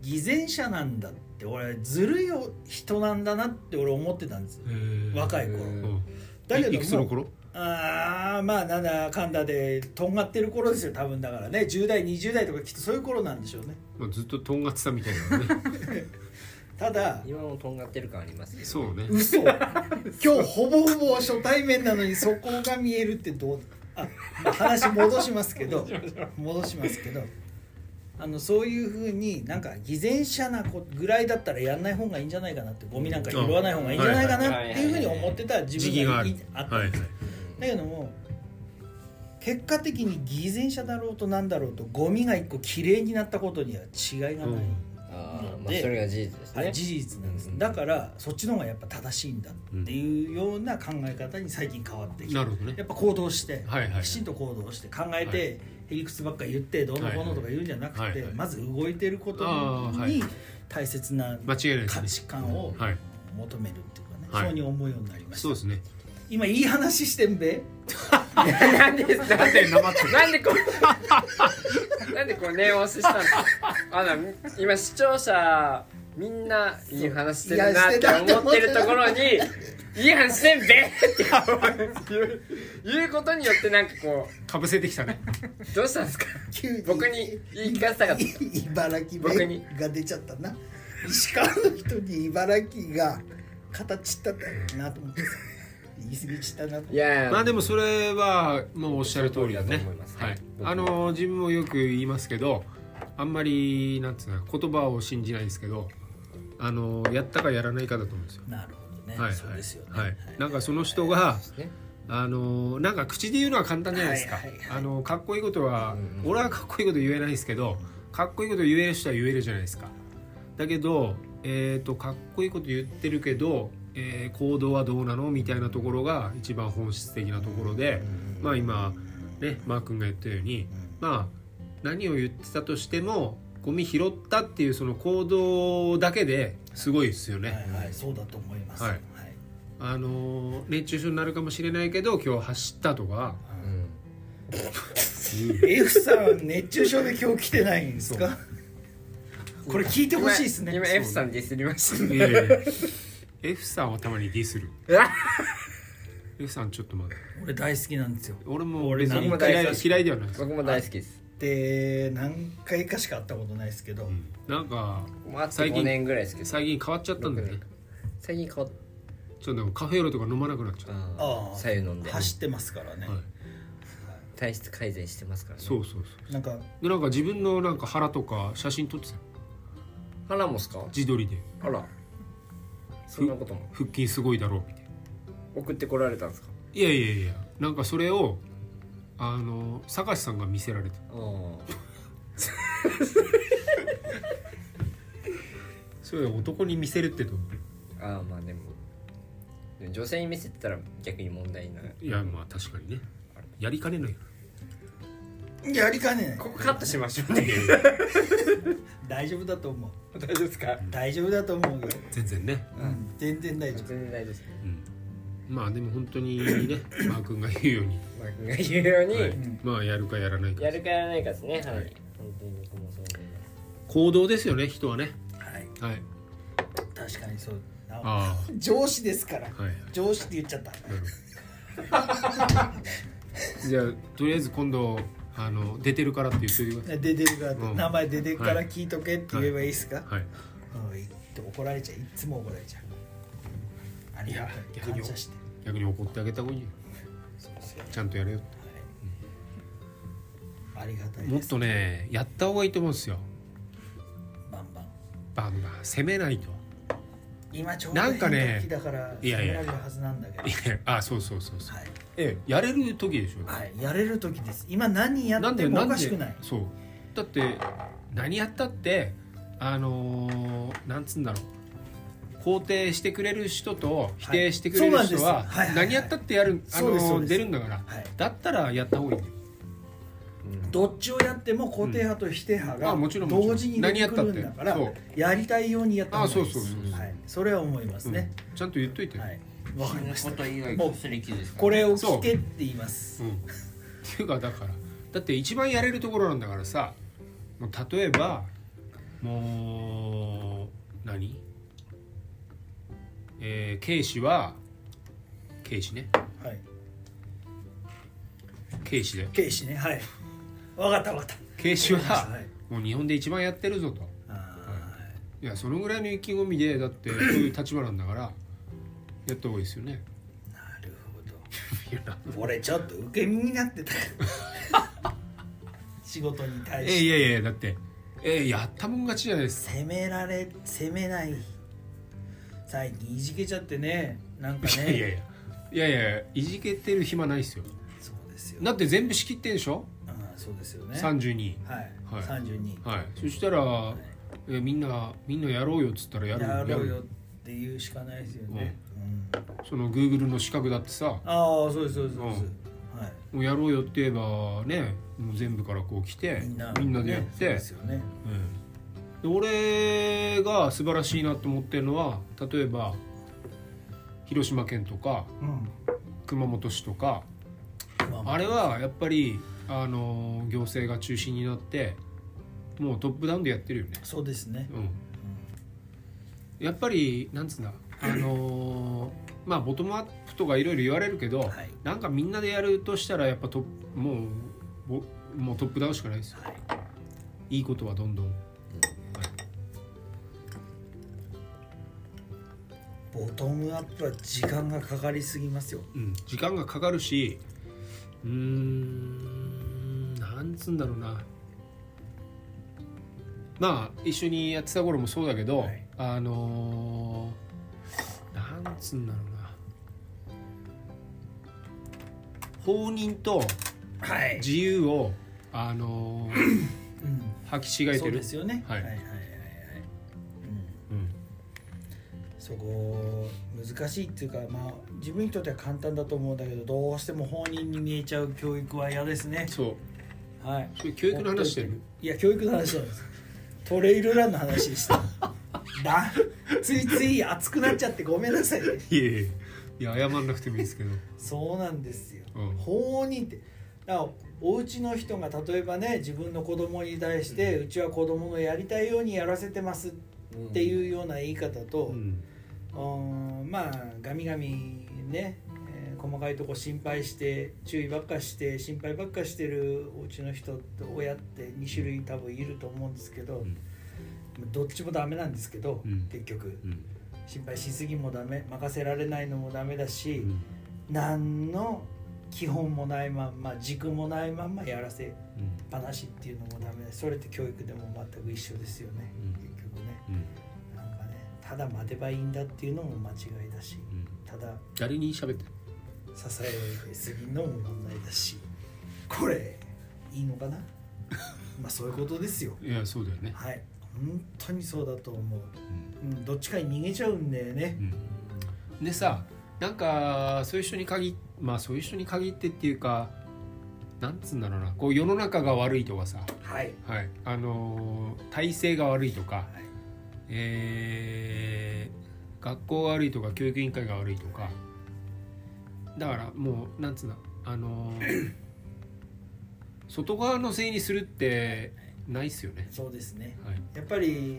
[SPEAKER 3] 偽善者なんだって俺ずるい人なんだなって俺思ってたんですよ
[SPEAKER 1] へー
[SPEAKER 3] 若い頃
[SPEAKER 1] うん
[SPEAKER 3] だけ
[SPEAKER 1] いいくつ
[SPEAKER 3] ど
[SPEAKER 1] の
[SPEAKER 3] もう
[SPEAKER 1] 頃？
[SPEAKER 3] あーまあなんだかんだでとんがってる頃ですよ多分だからね10代20代とかきっとそういう頃なんでしょうね
[SPEAKER 1] まあずっととんがってたみたいな ね。
[SPEAKER 3] ただ
[SPEAKER 6] 今もとんがってる感ありますけど
[SPEAKER 1] そうね。
[SPEAKER 3] 嘘 今日ほぼほぼ初対面なのにそこが見えるってどうあまあ話戻しますけど戻しますけどあのそういうふうになんか偽善者なこぐらいだったらやんない方がいいんじゃないかなってゴミなんか拾わない方がいいんじゃないかなっていうふうに思ってた自
[SPEAKER 1] 時期が
[SPEAKER 3] 分が
[SPEAKER 1] あ
[SPEAKER 3] い
[SPEAKER 1] る。
[SPEAKER 3] あったんです
[SPEAKER 1] はい
[SPEAKER 3] だけども結果的に偽善者だろうとなんだろうとゴミが一個きれいになったことには違いがない、
[SPEAKER 1] うん
[SPEAKER 6] あーまあ
[SPEAKER 3] で
[SPEAKER 6] それが事実です
[SPEAKER 3] はい、
[SPEAKER 6] ね
[SPEAKER 3] 事実なんです、
[SPEAKER 6] うん
[SPEAKER 3] だからそっちの方がやっぱ正しいんだっていうような考え方に最近変わってきて、
[SPEAKER 1] なるほど
[SPEAKER 3] や
[SPEAKER 1] ね。
[SPEAKER 3] っぱ行動して、
[SPEAKER 1] はいはい
[SPEAKER 3] きちんと行動して考え
[SPEAKER 1] はい
[SPEAKER 3] て、へりくつばっか言ってどうのこうのとか言うんじゃなくて、
[SPEAKER 1] はいはいはい
[SPEAKER 3] まず動いてること
[SPEAKER 1] あーはい
[SPEAKER 3] に大切な
[SPEAKER 1] 間違いないです
[SPEAKER 3] 価
[SPEAKER 1] ね。
[SPEAKER 3] 値観を
[SPEAKER 1] はい。
[SPEAKER 3] 求めるっていうか
[SPEAKER 1] はい
[SPEAKER 3] ね、そうに思うようになりまし
[SPEAKER 1] そう
[SPEAKER 3] た
[SPEAKER 1] ですね。
[SPEAKER 3] 今いい話してんべ
[SPEAKER 2] なんでなんで
[SPEAKER 1] 黙って
[SPEAKER 2] なんでこうなんでこう念押ししたのあの今視聴者みんないい話してるなって思ってるところに「いい話せんべ!」って言う言うことによってなんかこ
[SPEAKER 1] かぶせてきた ね。
[SPEAKER 2] うどうしたんですか
[SPEAKER 3] 急に
[SPEAKER 2] 僕に言い聞かせたかった
[SPEAKER 3] 茨城
[SPEAKER 2] 僕
[SPEAKER 3] 弁
[SPEAKER 2] に
[SPEAKER 3] が出ちゃったな石川の人に茨城が形ったなと思って言い過ぎちったなと思って
[SPEAKER 2] いやいや
[SPEAKER 1] まあでもそれはもうおっしゃる通りだね
[SPEAKER 6] おっしゃる通りだと思います。
[SPEAKER 1] は
[SPEAKER 6] はいい。
[SPEAKER 1] あの自分もよく言いますけど、あんまりなんつうの言葉を信じないですけど、あのやったかやらないかだと思うんですよ。
[SPEAKER 3] なるほどね、
[SPEAKER 1] はいはい。
[SPEAKER 3] そうですよね、
[SPEAKER 1] はい。なんかその人が
[SPEAKER 6] ね
[SPEAKER 1] あのなんか口で言うのは簡単じゃないですか
[SPEAKER 3] はいはいはい。
[SPEAKER 1] あのかっこいいことは
[SPEAKER 6] うんうん
[SPEAKER 1] 俺はかっこいいこと言えないですけど、かっこいいこと言える人は言えるじゃないですか。だけど、えー、とかっこいいこと言ってるけど、えー行動はどうなのみたいなところが一番本質的なところで、まあ今ねマー君が言ったように、まあ何を言ってたとしてもゴミ拾ったっていうその行動だけですごいですよね。
[SPEAKER 3] はいはいそうだと思います
[SPEAKER 1] はい
[SPEAKER 3] はい、
[SPEAKER 1] あのー熱中症になるかもしれないけど今日走ったとか
[SPEAKER 6] うん
[SPEAKER 3] エフさん熱中症で今日来てないんですかこれ聞いてほしいですね
[SPEAKER 2] 今今 F さんディスりました
[SPEAKER 1] いやいや F さんはたまにディスるゆきさんちょっと待って
[SPEAKER 3] 俺大好きなんですよ
[SPEAKER 1] 俺も
[SPEAKER 3] 俺
[SPEAKER 1] 別に
[SPEAKER 3] 何
[SPEAKER 6] も大
[SPEAKER 1] 嫌
[SPEAKER 6] 好
[SPEAKER 1] い
[SPEAKER 6] き
[SPEAKER 1] 嫌いではないです、
[SPEAKER 6] 僕も大好きです
[SPEAKER 3] で何回かしか会ったことないですけど、
[SPEAKER 1] うんなんか
[SPEAKER 6] もうあと
[SPEAKER 1] 最近
[SPEAKER 6] 5年ぐらいですけど
[SPEAKER 1] 最近変わっちゃったんだよね
[SPEAKER 6] 最近変わっ
[SPEAKER 1] ちょっとなんかカフェオレとか飲まなくなっちゃった、
[SPEAKER 6] た
[SPEAKER 3] ああ
[SPEAKER 6] 左右飲んで
[SPEAKER 3] 走ってますからね、
[SPEAKER 1] はい、
[SPEAKER 6] 体質改善してますからね
[SPEAKER 1] そうそうそう
[SPEAKER 3] なんか
[SPEAKER 1] でなんか自分のなんか腹とか写真撮ってたよ
[SPEAKER 6] 腹もっすか
[SPEAKER 1] 自撮りで
[SPEAKER 6] あらそんなことも
[SPEAKER 1] 腹筋すごいだろうみたいな
[SPEAKER 6] 送ってこられたんですか
[SPEAKER 1] いやいやいやなんかそれをあの坂師さんが見せられて
[SPEAKER 6] ああ
[SPEAKER 1] それ男に見せるってどう
[SPEAKER 6] ああまあでもでも女性に見せてたら逆に問題になる
[SPEAKER 1] いやまあ確かにねやりかねないよ
[SPEAKER 3] やりかねない
[SPEAKER 6] ここカットしましょうね
[SPEAKER 3] 大丈夫だと思う
[SPEAKER 6] 大丈夫ですか
[SPEAKER 3] 大丈夫だと思うよ、
[SPEAKER 1] 全然ね、
[SPEAKER 3] うん、全然大
[SPEAKER 6] 全
[SPEAKER 3] 丈夫
[SPEAKER 6] 然大丈夫です
[SPEAKER 1] うん、まあでも本当に ねマー君が言うように、
[SPEAKER 6] マー君が言うように、
[SPEAKER 1] はい
[SPEAKER 3] ん
[SPEAKER 1] まあやるかやらないか
[SPEAKER 6] やるかやらないかですねはい本当に僕もそう思います
[SPEAKER 1] 行動ですよね人はね
[SPEAKER 3] はい
[SPEAKER 1] はい
[SPEAKER 3] 確かにそうあ
[SPEAKER 1] あ
[SPEAKER 3] 上司ですから
[SPEAKER 1] あはいはい
[SPEAKER 3] 上司って言っちゃった
[SPEAKER 1] なるほどじゃあとりあえず今度あの出てるからって言っておいてください
[SPEAKER 3] 出てるからって、
[SPEAKER 1] うん
[SPEAKER 3] 名前出てるから
[SPEAKER 1] はい
[SPEAKER 3] 聞いとけって言えばいいですか、
[SPEAKER 1] はい
[SPEAKER 3] うん、いって怒られちゃういつも怒られちゃうありが
[SPEAKER 1] いや
[SPEAKER 3] たい感謝して
[SPEAKER 1] 逆に怒ってあげた方がいいよちゃんとやれよ
[SPEAKER 3] ありがたい
[SPEAKER 1] も
[SPEAKER 3] で
[SPEAKER 1] っ
[SPEAKER 3] す
[SPEAKER 1] とねやった方がいいと思うんですよ
[SPEAKER 3] バンバン
[SPEAKER 1] バンバン攻めないと
[SPEAKER 3] 今ちょうど
[SPEAKER 1] なんかね
[SPEAKER 3] 変化期だから
[SPEAKER 1] いやいや
[SPEAKER 3] 責められるはずなんだけど
[SPEAKER 1] いやあそうそうそうそう、
[SPEAKER 3] はい
[SPEAKER 1] ええやれる時でしょ
[SPEAKER 3] はい、やれる時です今何や
[SPEAKER 1] な
[SPEAKER 3] っ
[SPEAKER 1] ん
[SPEAKER 3] て
[SPEAKER 1] で
[SPEAKER 3] も
[SPEAKER 1] な
[SPEAKER 3] お
[SPEAKER 1] んで
[SPEAKER 3] かしくない
[SPEAKER 1] そうだって何やったってあのーなんつうんだろう肯定してくれる人と否定してくれる人
[SPEAKER 3] そうな
[SPEAKER 1] は
[SPEAKER 3] んですはいはいはい
[SPEAKER 1] 何やったってやる、あ
[SPEAKER 3] そう
[SPEAKER 1] の
[SPEAKER 3] ですそう
[SPEAKER 1] ー
[SPEAKER 3] です
[SPEAKER 1] 出るんだから
[SPEAKER 3] はい
[SPEAKER 1] だったらやった方がいいよ
[SPEAKER 3] どっちをやっても肯定派と否定派
[SPEAKER 1] うんあ
[SPEAKER 3] が
[SPEAKER 1] もちろんもちろん
[SPEAKER 3] 同時に出てくるんだから
[SPEAKER 1] 何やったっ
[SPEAKER 3] やりたいようにやった方がいいです
[SPEAKER 1] あそうそうそうそう
[SPEAKER 3] はい、それは思います
[SPEAKER 1] うん
[SPEAKER 3] ね、
[SPEAKER 1] ちゃんと言っといて、
[SPEAKER 3] はいわかりました
[SPEAKER 2] こと以外
[SPEAKER 3] もう
[SPEAKER 2] すり傷ですか
[SPEAKER 3] これを聞けって言います
[SPEAKER 1] うん、っていうかだからだって一番やれるところなんだからさもう例えばもう何えー、警視は警視ね
[SPEAKER 3] はい
[SPEAKER 1] 警視で
[SPEAKER 3] 警視ねはいわかったわかった
[SPEAKER 1] 警視は
[SPEAKER 3] はい
[SPEAKER 1] もう日本で一番やってるぞと
[SPEAKER 3] あ
[SPEAKER 1] いやそのぐらいの意気込みでだってそういう立場なんだからやった方がいいですよね
[SPEAKER 3] ーなるほど俺ちょっと受け身になってた仕事に
[SPEAKER 1] え
[SPEAKER 3] 対
[SPEAKER 1] ー
[SPEAKER 3] して
[SPEAKER 1] いやいやいやだってえー、やったもん勝ちじゃないですか
[SPEAKER 3] 責められ責めない最近いじけちゃってねなんか
[SPEAKER 1] いやいや
[SPEAKER 3] ね
[SPEAKER 1] いやいやいやいじけてる暇ないですよ
[SPEAKER 3] そうですよ
[SPEAKER 1] だって全部仕切ってんでしょ
[SPEAKER 3] ああそうですよね。
[SPEAKER 1] 32
[SPEAKER 3] はい。
[SPEAKER 1] はい
[SPEAKER 3] 三十二。
[SPEAKER 1] はいそしたら、えみんなみんなやろうよっつったらやる
[SPEAKER 3] やろうよっていうしかないですよね。うん
[SPEAKER 1] その Google の資格だってさ
[SPEAKER 3] ああそうですそうですそうです。はい。
[SPEAKER 1] もうやろうよって言えばねもう全部からこう来て
[SPEAKER 3] みんな
[SPEAKER 1] でやっ
[SPEAKER 3] ねそう
[SPEAKER 1] て、
[SPEAKER 3] ですよね。
[SPEAKER 1] うんで俺が素晴らしいなと思ってるのは例えば広島県とか
[SPEAKER 3] うん。
[SPEAKER 1] 熊本市とか
[SPEAKER 3] まあま
[SPEAKER 1] あれはやっぱりあの行政が中心になってもうトップダウンでやってるよね
[SPEAKER 3] あそうですね。
[SPEAKER 1] うん、やっぱりなんつうんだあのーまあボトムアップとかいろいろ言われるけど、
[SPEAKER 3] はい
[SPEAKER 1] なんかみんなでやるとしたらやっぱトップもうぼもうトップダウンしかないですよ、い、いことはどんどん、
[SPEAKER 3] ボトムアップは時間がかかりすぎますよ。
[SPEAKER 1] うん、時間がかかるしうーんなんつうんだろうなまあ一緒にやってた頃もそうだけど、
[SPEAKER 3] はい
[SPEAKER 1] あのーなんつうんだろうな放任と
[SPEAKER 3] はい。
[SPEAKER 1] 自由を、あのー
[SPEAKER 3] うん。
[SPEAKER 1] 履き違え
[SPEAKER 3] そ
[SPEAKER 1] て
[SPEAKER 3] う
[SPEAKER 1] る
[SPEAKER 3] ですよね。
[SPEAKER 1] はい
[SPEAKER 3] はいはいはいはい。うん。
[SPEAKER 1] うん
[SPEAKER 3] そこ難しいっていうかまあ自分にとっては簡単だと思うんだけどどうしても放任に見えちゃう教育は嫌ですね
[SPEAKER 1] そう
[SPEAKER 3] はい
[SPEAKER 1] それ教育の話してる
[SPEAKER 3] いや教育の話じゃないですトレイルランの話でした だついつい熱くなっちゃってごめんなさいね
[SPEAKER 1] いやいやいや謝んなくてもいいですけど
[SPEAKER 3] そうなんですよ、
[SPEAKER 1] うん
[SPEAKER 3] 放任ってだからお家の人が例えばね自分の子供に対して、うちは子供のやりたいようにやらせてますっていうような言い方と、
[SPEAKER 1] うん
[SPEAKER 3] うーんまあガミガミね、えー細かいとこ心配して注意ばっかして心配ばっかしてるお家の人と親って2種類多分いると思うんですけど、
[SPEAKER 8] ん
[SPEAKER 3] どっちもダメなんですけど、
[SPEAKER 8] うん
[SPEAKER 3] 結局
[SPEAKER 8] うん
[SPEAKER 3] 心配しすぎもダメ任せられないのもダメだし、
[SPEAKER 8] うん
[SPEAKER 3] 何の基本もないまんま軸もないまんまやらせっぱなしっていうのもダメだしそれって教育でも全く一緒ですよね、
[SPEAKER 8] うん
[SPEAKER 3] 結局ね
[SPEAKER 8] うん
[SPEAKER 3] なんかねただ待てばいいんだっていうのも間違いだし
[SPEAKER 8] うん
[SPEAKER 3] ただ
[SPEAKER 8] 誰に喋ってる
[SPEAKER 3] 支えすぎのも問題だしこれいいのかなまあそういうことですよ
[SPEAKER 1] いやそうだよね
[SPEAKER 3] はい本当にそうだと思う、うん、どっちかに逃げちゃうんだよね、
[SPEAKER 1] でさなんかそういう人に限っまあそういう人に限ってっていうかなんつうんだろうなこう世の中が悪いとかさ、
[SPEAKER 3] はい
[SPEAKER 1] はいあのー体制が悪いとか、えー学校が悪いとか教育委員会が悪いとかだからもうなんつうんだあの ー外側のせいにするってないっすよね。
[SPEAKER 3] そうですね
[SPEAKER 1] はい
[SPEAKER 3] やっぱり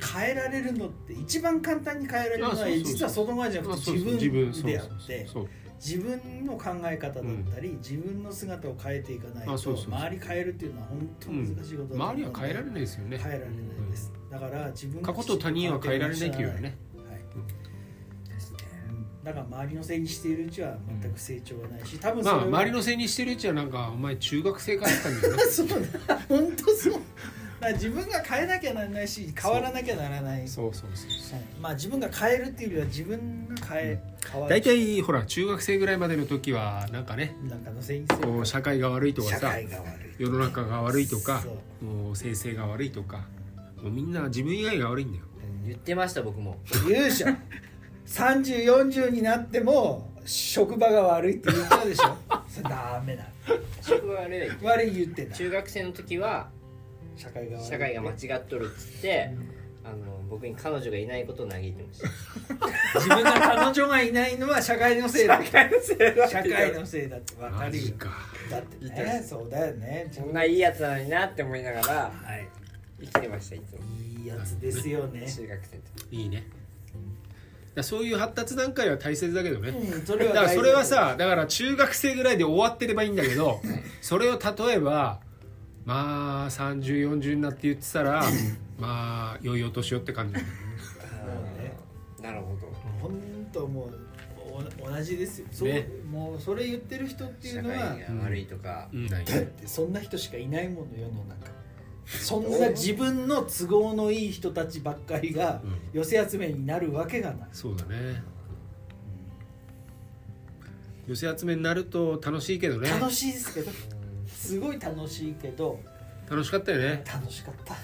[SPEAKER 3] 変えられるのって一番簡単に変えられるの
[SPEAKER 1] あそ
[SPEAKER 3] は
[SPEAKER 1] うそうそう
[SPEAKER 3] 実は外側じゃな
[SPEAKER 1] まあ
[SPEAKER 3] くて
[SPEAKER 1] そうそう
[SPEAKER 3] 自分
[SPEAKER 1] そう
[SPEAKER 3] で
[SPEAKER 1] そ
[SPEAKER 3] あ
[SPEAKER 1] う
[SPEAKER 3] って
[SPEAKER 1] そう
[SPEAKER 3] 自分の考え方だったり、自分の姿を変えていかないと
[SPEAKER 1] あそうそうそう
[SPEAKER 3] 周り変えるっていうのは本当に難しいことだと思う
[SPEAKER 1] 周
[SPEAKER 3] ので
[SPEAKER 1] りは変えられないですよね
[SPEAKER 3] 変えられないです、だから自分
[SPEAKER 1] 過去と他人は変えられないっていうよ
[SPEAKER 3] は
[SPEAKER 1] ね
[SPEAKER 3] はいうんだから周りのせいにしているうちは全く成長はないし、多分そ
[SPEAKER 1] ま
[SPEAKER 3] れ
[SPEAKER 1] あ
[SPEAKER 3] は
[SPEAKER 1] 周りのせいにしてるうちはなんかお前中学生かだったんだ よね
[SPEAKER 3] そうだ本当そうだから自分が変えなきゃならないし変わらなきゃならない
[SPEAKER 1] そうそうそう
[SPEAKER 3] はいまあ自分が変えるっていうよりは自分が変え、変わる
[SPEAKER 1] 大体ほら中学生ぐらいまでの時はなんかね
[SPEAKER 3] なんかのせいにす
[SPEAKER 1] こ
[SPEAKER 3] る
[SPEAKER 1] う社会が悪いとか
[SPEAKER 3] 社
[SPEAKER 1] さ
[SPEAKER 3] 会が悪い
[SPEAKER 1] 世の中が悪いとか
[SPEAKER 3] そう
[SPEAKER 1] もう生成が悪いとかもうみんな自分以外が悪いんだよ
[SPEAKER 2] 言ってました僕も
[SPEAKER 3] 勇者3040になっても職場が悪いって言ったでしょそれダメだ
[SPEAKER 2] 職場悪い
[SPEAKER 3] 悪い言ってた
[SPEAKER 2] 中学生の時は
[SPEAKER 3] 社会が悪い
[SPEAKER 2] 社会が間違っとるっつってあの僕に彼女がいないことを嘆いてました
[SPEAKER 3] 自分が彼女がいないのは社会のせいだ社会のせいだ社会のせいだって分か
[SPEAKER 1] マ
[SPEAKER 3] る
[SPEAKER 1] ジ
[SPEAKER 3] よ
[SPEAKER 1] か
[SPEAKER 3] だってねそうだよね
[SPEAKER 2] そんないいやつなのになって思いながら
[SPEAKER 3] はい
[SPEAKER 2] 生きてましたいつも
[SPEAKER 3] いいやつですよね
[SPEAKER 2] 中学生の時
[SPEAKER 1] いいねだからそういう発達段階は大切だけどね、
[SPEAKER 3] うんそ
[SPEAKER 1] だからそれはさだから中学生ぐらいで終わってればいいんだけどそれを例えばまあ3040になって言ってたらまあ良いお年をって感じ
[SPEAKER 3] もうね
[SPEAKER 2] なるほど
[SPEAKER 3] ほんともうお同じですよそう、
[SPEAKER 1] ね
[SPEAKER 3] もうそれ言ってる人ってい
[SPEAKER 2] 社
[SPEAKER 3] うの
[SPEAKER 2] 会
[SPEAKER 3] は
[SPEAKER 2] が悪いとか
[SPEAKER 1] うんない
[SPEAKER 3] だってそんな人しかいないもの世の中そんな自分の都合のいい人たちばっかりが
[SPEAKER 1] うん
[SPEAKER 3] 寄せ集めになるわけがない
[SPEAKER 1] そうだね寄せ集めになると楽しいけどね
[SPEAKER 3] 楽しいですけどすごい楽しいけど
[SPEAKER 1] 楽しかったよね
[SPEAKER 3] 楽しかった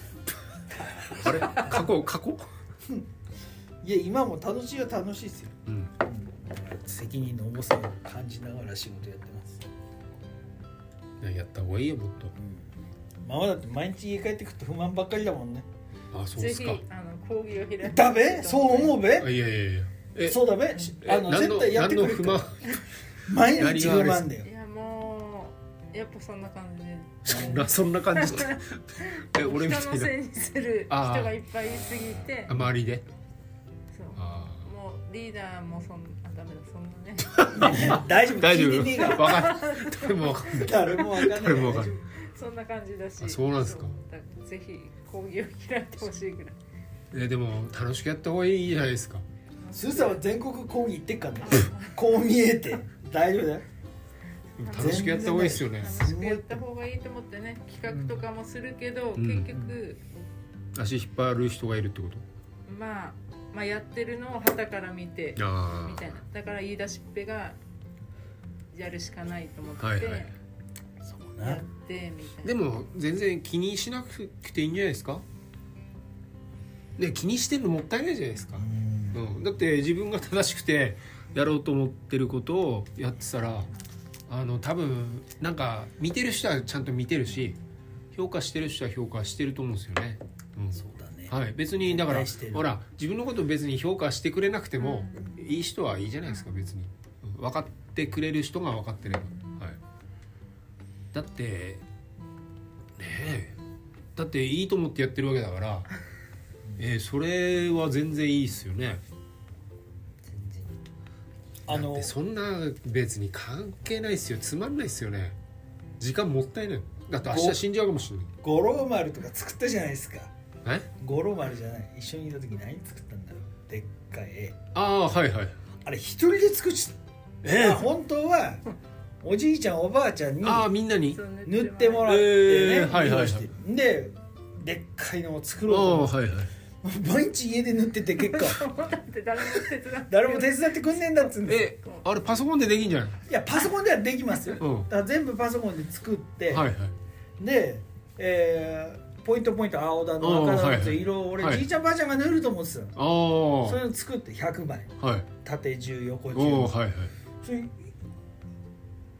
[SPEAKER 1] あれ過去過去
[SPEAKER 3] いや今も楽しいは楽しいですよ
[SPEAKER 1] うん
[SPEAKER 3] 責任の重さを感じながら仕事やってます
[SPEAKER 1] やった方がいいよもっ
[SPEAKER 3] まあだって毎日家帰ってくると不満ばっかりだもんね
[SPEAKER 1] とあそうっ
[SPEAKER 5] ぜ
[SPEAKER 1] す
[SPEAKER 5] ひ
[SPEAKER 1] か
[SPEAKER 5] あの講義を開いて
[SPEAKER 3] だべそう思うべ
[SPEAKER 1] あいやいやいやえ
[SPEAKER 3] そうだべしあの
[SPEAKER 1] 何の
[SPEAKER 3] 絶対やって
[SPEAKER 1] 何の
[SPEAKER 3] くれる
[SPEAKER 1] 不
[SPEAKER 3] か
[SPEAKER 1] 満
[SPEAKER 3] ら毎日不満だよ
[SPEAKER 5] いやもうやっぱそんな感じ
[SPEAKER 1] そんなそんな感 じってえ俺み
[SPEAKER 5] 人
[SPEAKER 1] た
[SPEAKER 5] の
[SPEAKER 1] いな
[SPEAKER 5] せいにする人
[SPEAKER 1] あー
[SPEAKER 5] がいっぱいいすぎて
[SPEAKER 1] あ周りで
[SPEAKER 5] そう
[SPEAKER 1] ああ
[SPEAKER 5] もうリーダーもそんなダメだそんな ね
[SPEAKER 3] 大丈夫
[SPEAKER 1] 大丈
[SPEAKER 3] 聞い
[SPEAKER 1] 夫
[SPEAKER 3] てねえか ら
[SPEAKER 1] わかんない誰もわかんない
[SPEAKER 3] 誰もわか
[SPEAKER 1] 誰もわかん
[SPEAKER 3] んない
[SPEAKER 1] ない
[SPEAKER 5] そんな感じだし
[SPEAKER 1] あそうなんですか
[SPEAKER 5] そうだからぜひ講義を開いてほしいぐらい
[SPEAKER 1] えでも楽しくやった方がいいじゃないですか
[SPEAKER 3] スーさんは全国講義行ってっからね こう見えて大丈夫だよ
[SPEAKER 1] 楽しくやった方がいいですよね
[SPEAKER 5] 楽しくやった方がいいと思ってね企画とかもするけど、
[SPEAKER 1] ん
[SPEAKER 5] 結局、
[SPEAKER 1] 足引っ張る人がいるってこと
[SPEAKER 5] まあ、まあやってるのを旗から見て
[SPEAKER 1] あ
[SPEAKER 5] みたいなだから言い出しっぺがやるしかないと思って、
[SPEAKER 1] はいはい
[SPEAKER 3] そう
[SPEAKER 5] や
[SPEAKER 3] な
[SPEAKER 5] ってみたいな
[SPEAKER 1] でも全然気にしなくていいんじゃないですかね気にしてるのもったいないじゃないですか、うん、だって自分が正しくてやろうと思ってることをやってたらあの多分なんか見てる人はちゃんと見てるし評価してる人は評価してると思うんですよね、うん、
[SPEAKER 3] そうだね
[SPEAKER 1] はい、別にだから
[SPEAKER 3] 絶対してる
[SPEAKER 1] ほら自分のこと別に評価してくれなくても、いい人はいいじゃないですか別にうん分かってくれる人が分かってれば、はい、だってねえだっていいと思ってやってるわけだから、 えーそれは全然いいっすよね
[SPEAKER 3] ああの
[SPEAKER 1] でそんな別に関係ないっすよつまんないっすよね時間もったいないだって明日死んじゃうかもしれない
[SPEAKER 3] 五郎丸とか作ったじゃないですか
[SPEAKER 1] え
[SPEAKER 3] 五郎丸じゃない一緒にいた時何作ったんだろうでっかい絵
[SPEAKER 1] ああーはいはい
[SPEAKER 3] あれ一人で作っち
[SPEAKER 1] え
[SPEAKER 3] あ本当はおじいちゃんおばあちゃんに
[SPEAKER 1] ああみんなに
[SPEAKER 5] そう塗
[SPEAKER 3] 塗
[SPEAKER 5] っ
[SPEAKER 3] ってて
[SPEAKER 5] も
[SPEAKER 3] も
[SPEAKER 5] ら
[SPEAKER 3] ら
[SPEAKER 5] う
[SPEAKER 3] ってね、
[SPEAKER 1] えーはいはいはい
[SPEAKER 3] 色してででっかいのを作
[SPEAKER 1] あ
[SPEAKER 3] ろうと
[SPEAKER 1] あ
[SPEAKER 3] 思っ
[SPEAKER 1] はいはい
[SPEAKER 3] て毎日家で塗ってて結 果
[SPEAKER 5] だって誰も手伝って
[SPEAKER 3] 誰も手伝ってくんねえんだっつうんで
[SPEAKER 1] えあれパソコンでできんじゃない
[SPEAKER 3] いやパソコンではできますよ、
[SPEAKER 1] うん
[SPEAKER 3] だから全部パソコンで作っ
[SPEAKER 1] は
[SPEAKER 3] て、
[SPEAKER 1] いはい
[SPEAKER 3] で、えーポイントポイント青だの赤
[SPEAKER 1] おーは
[SPEAKER 3] だ
[SPEAKER 1] い
[SPEAKER 3] の
[SPEAKER 1] は
[SPEAKER 3] と
[SPEAKER 1] い
[SPEAKER 3] 色を俺、
[SPEAKER 1] はい
[SPEAKER 3] じいちゃんばあちゃんが塗ると思ってたの
[SPEAKER 1] ああ
[SPEAKER 3] それ
[SPEAKER 1] は
[SPEAKER 3] を作って100
[SPEAKER 1] い
[SPEAKER 3] 枚縦10横
[SPEAKER 1] おお
[SPEAKER 3] 10
[SPEAKER 1] はいはい
[SPEAKER 3] それ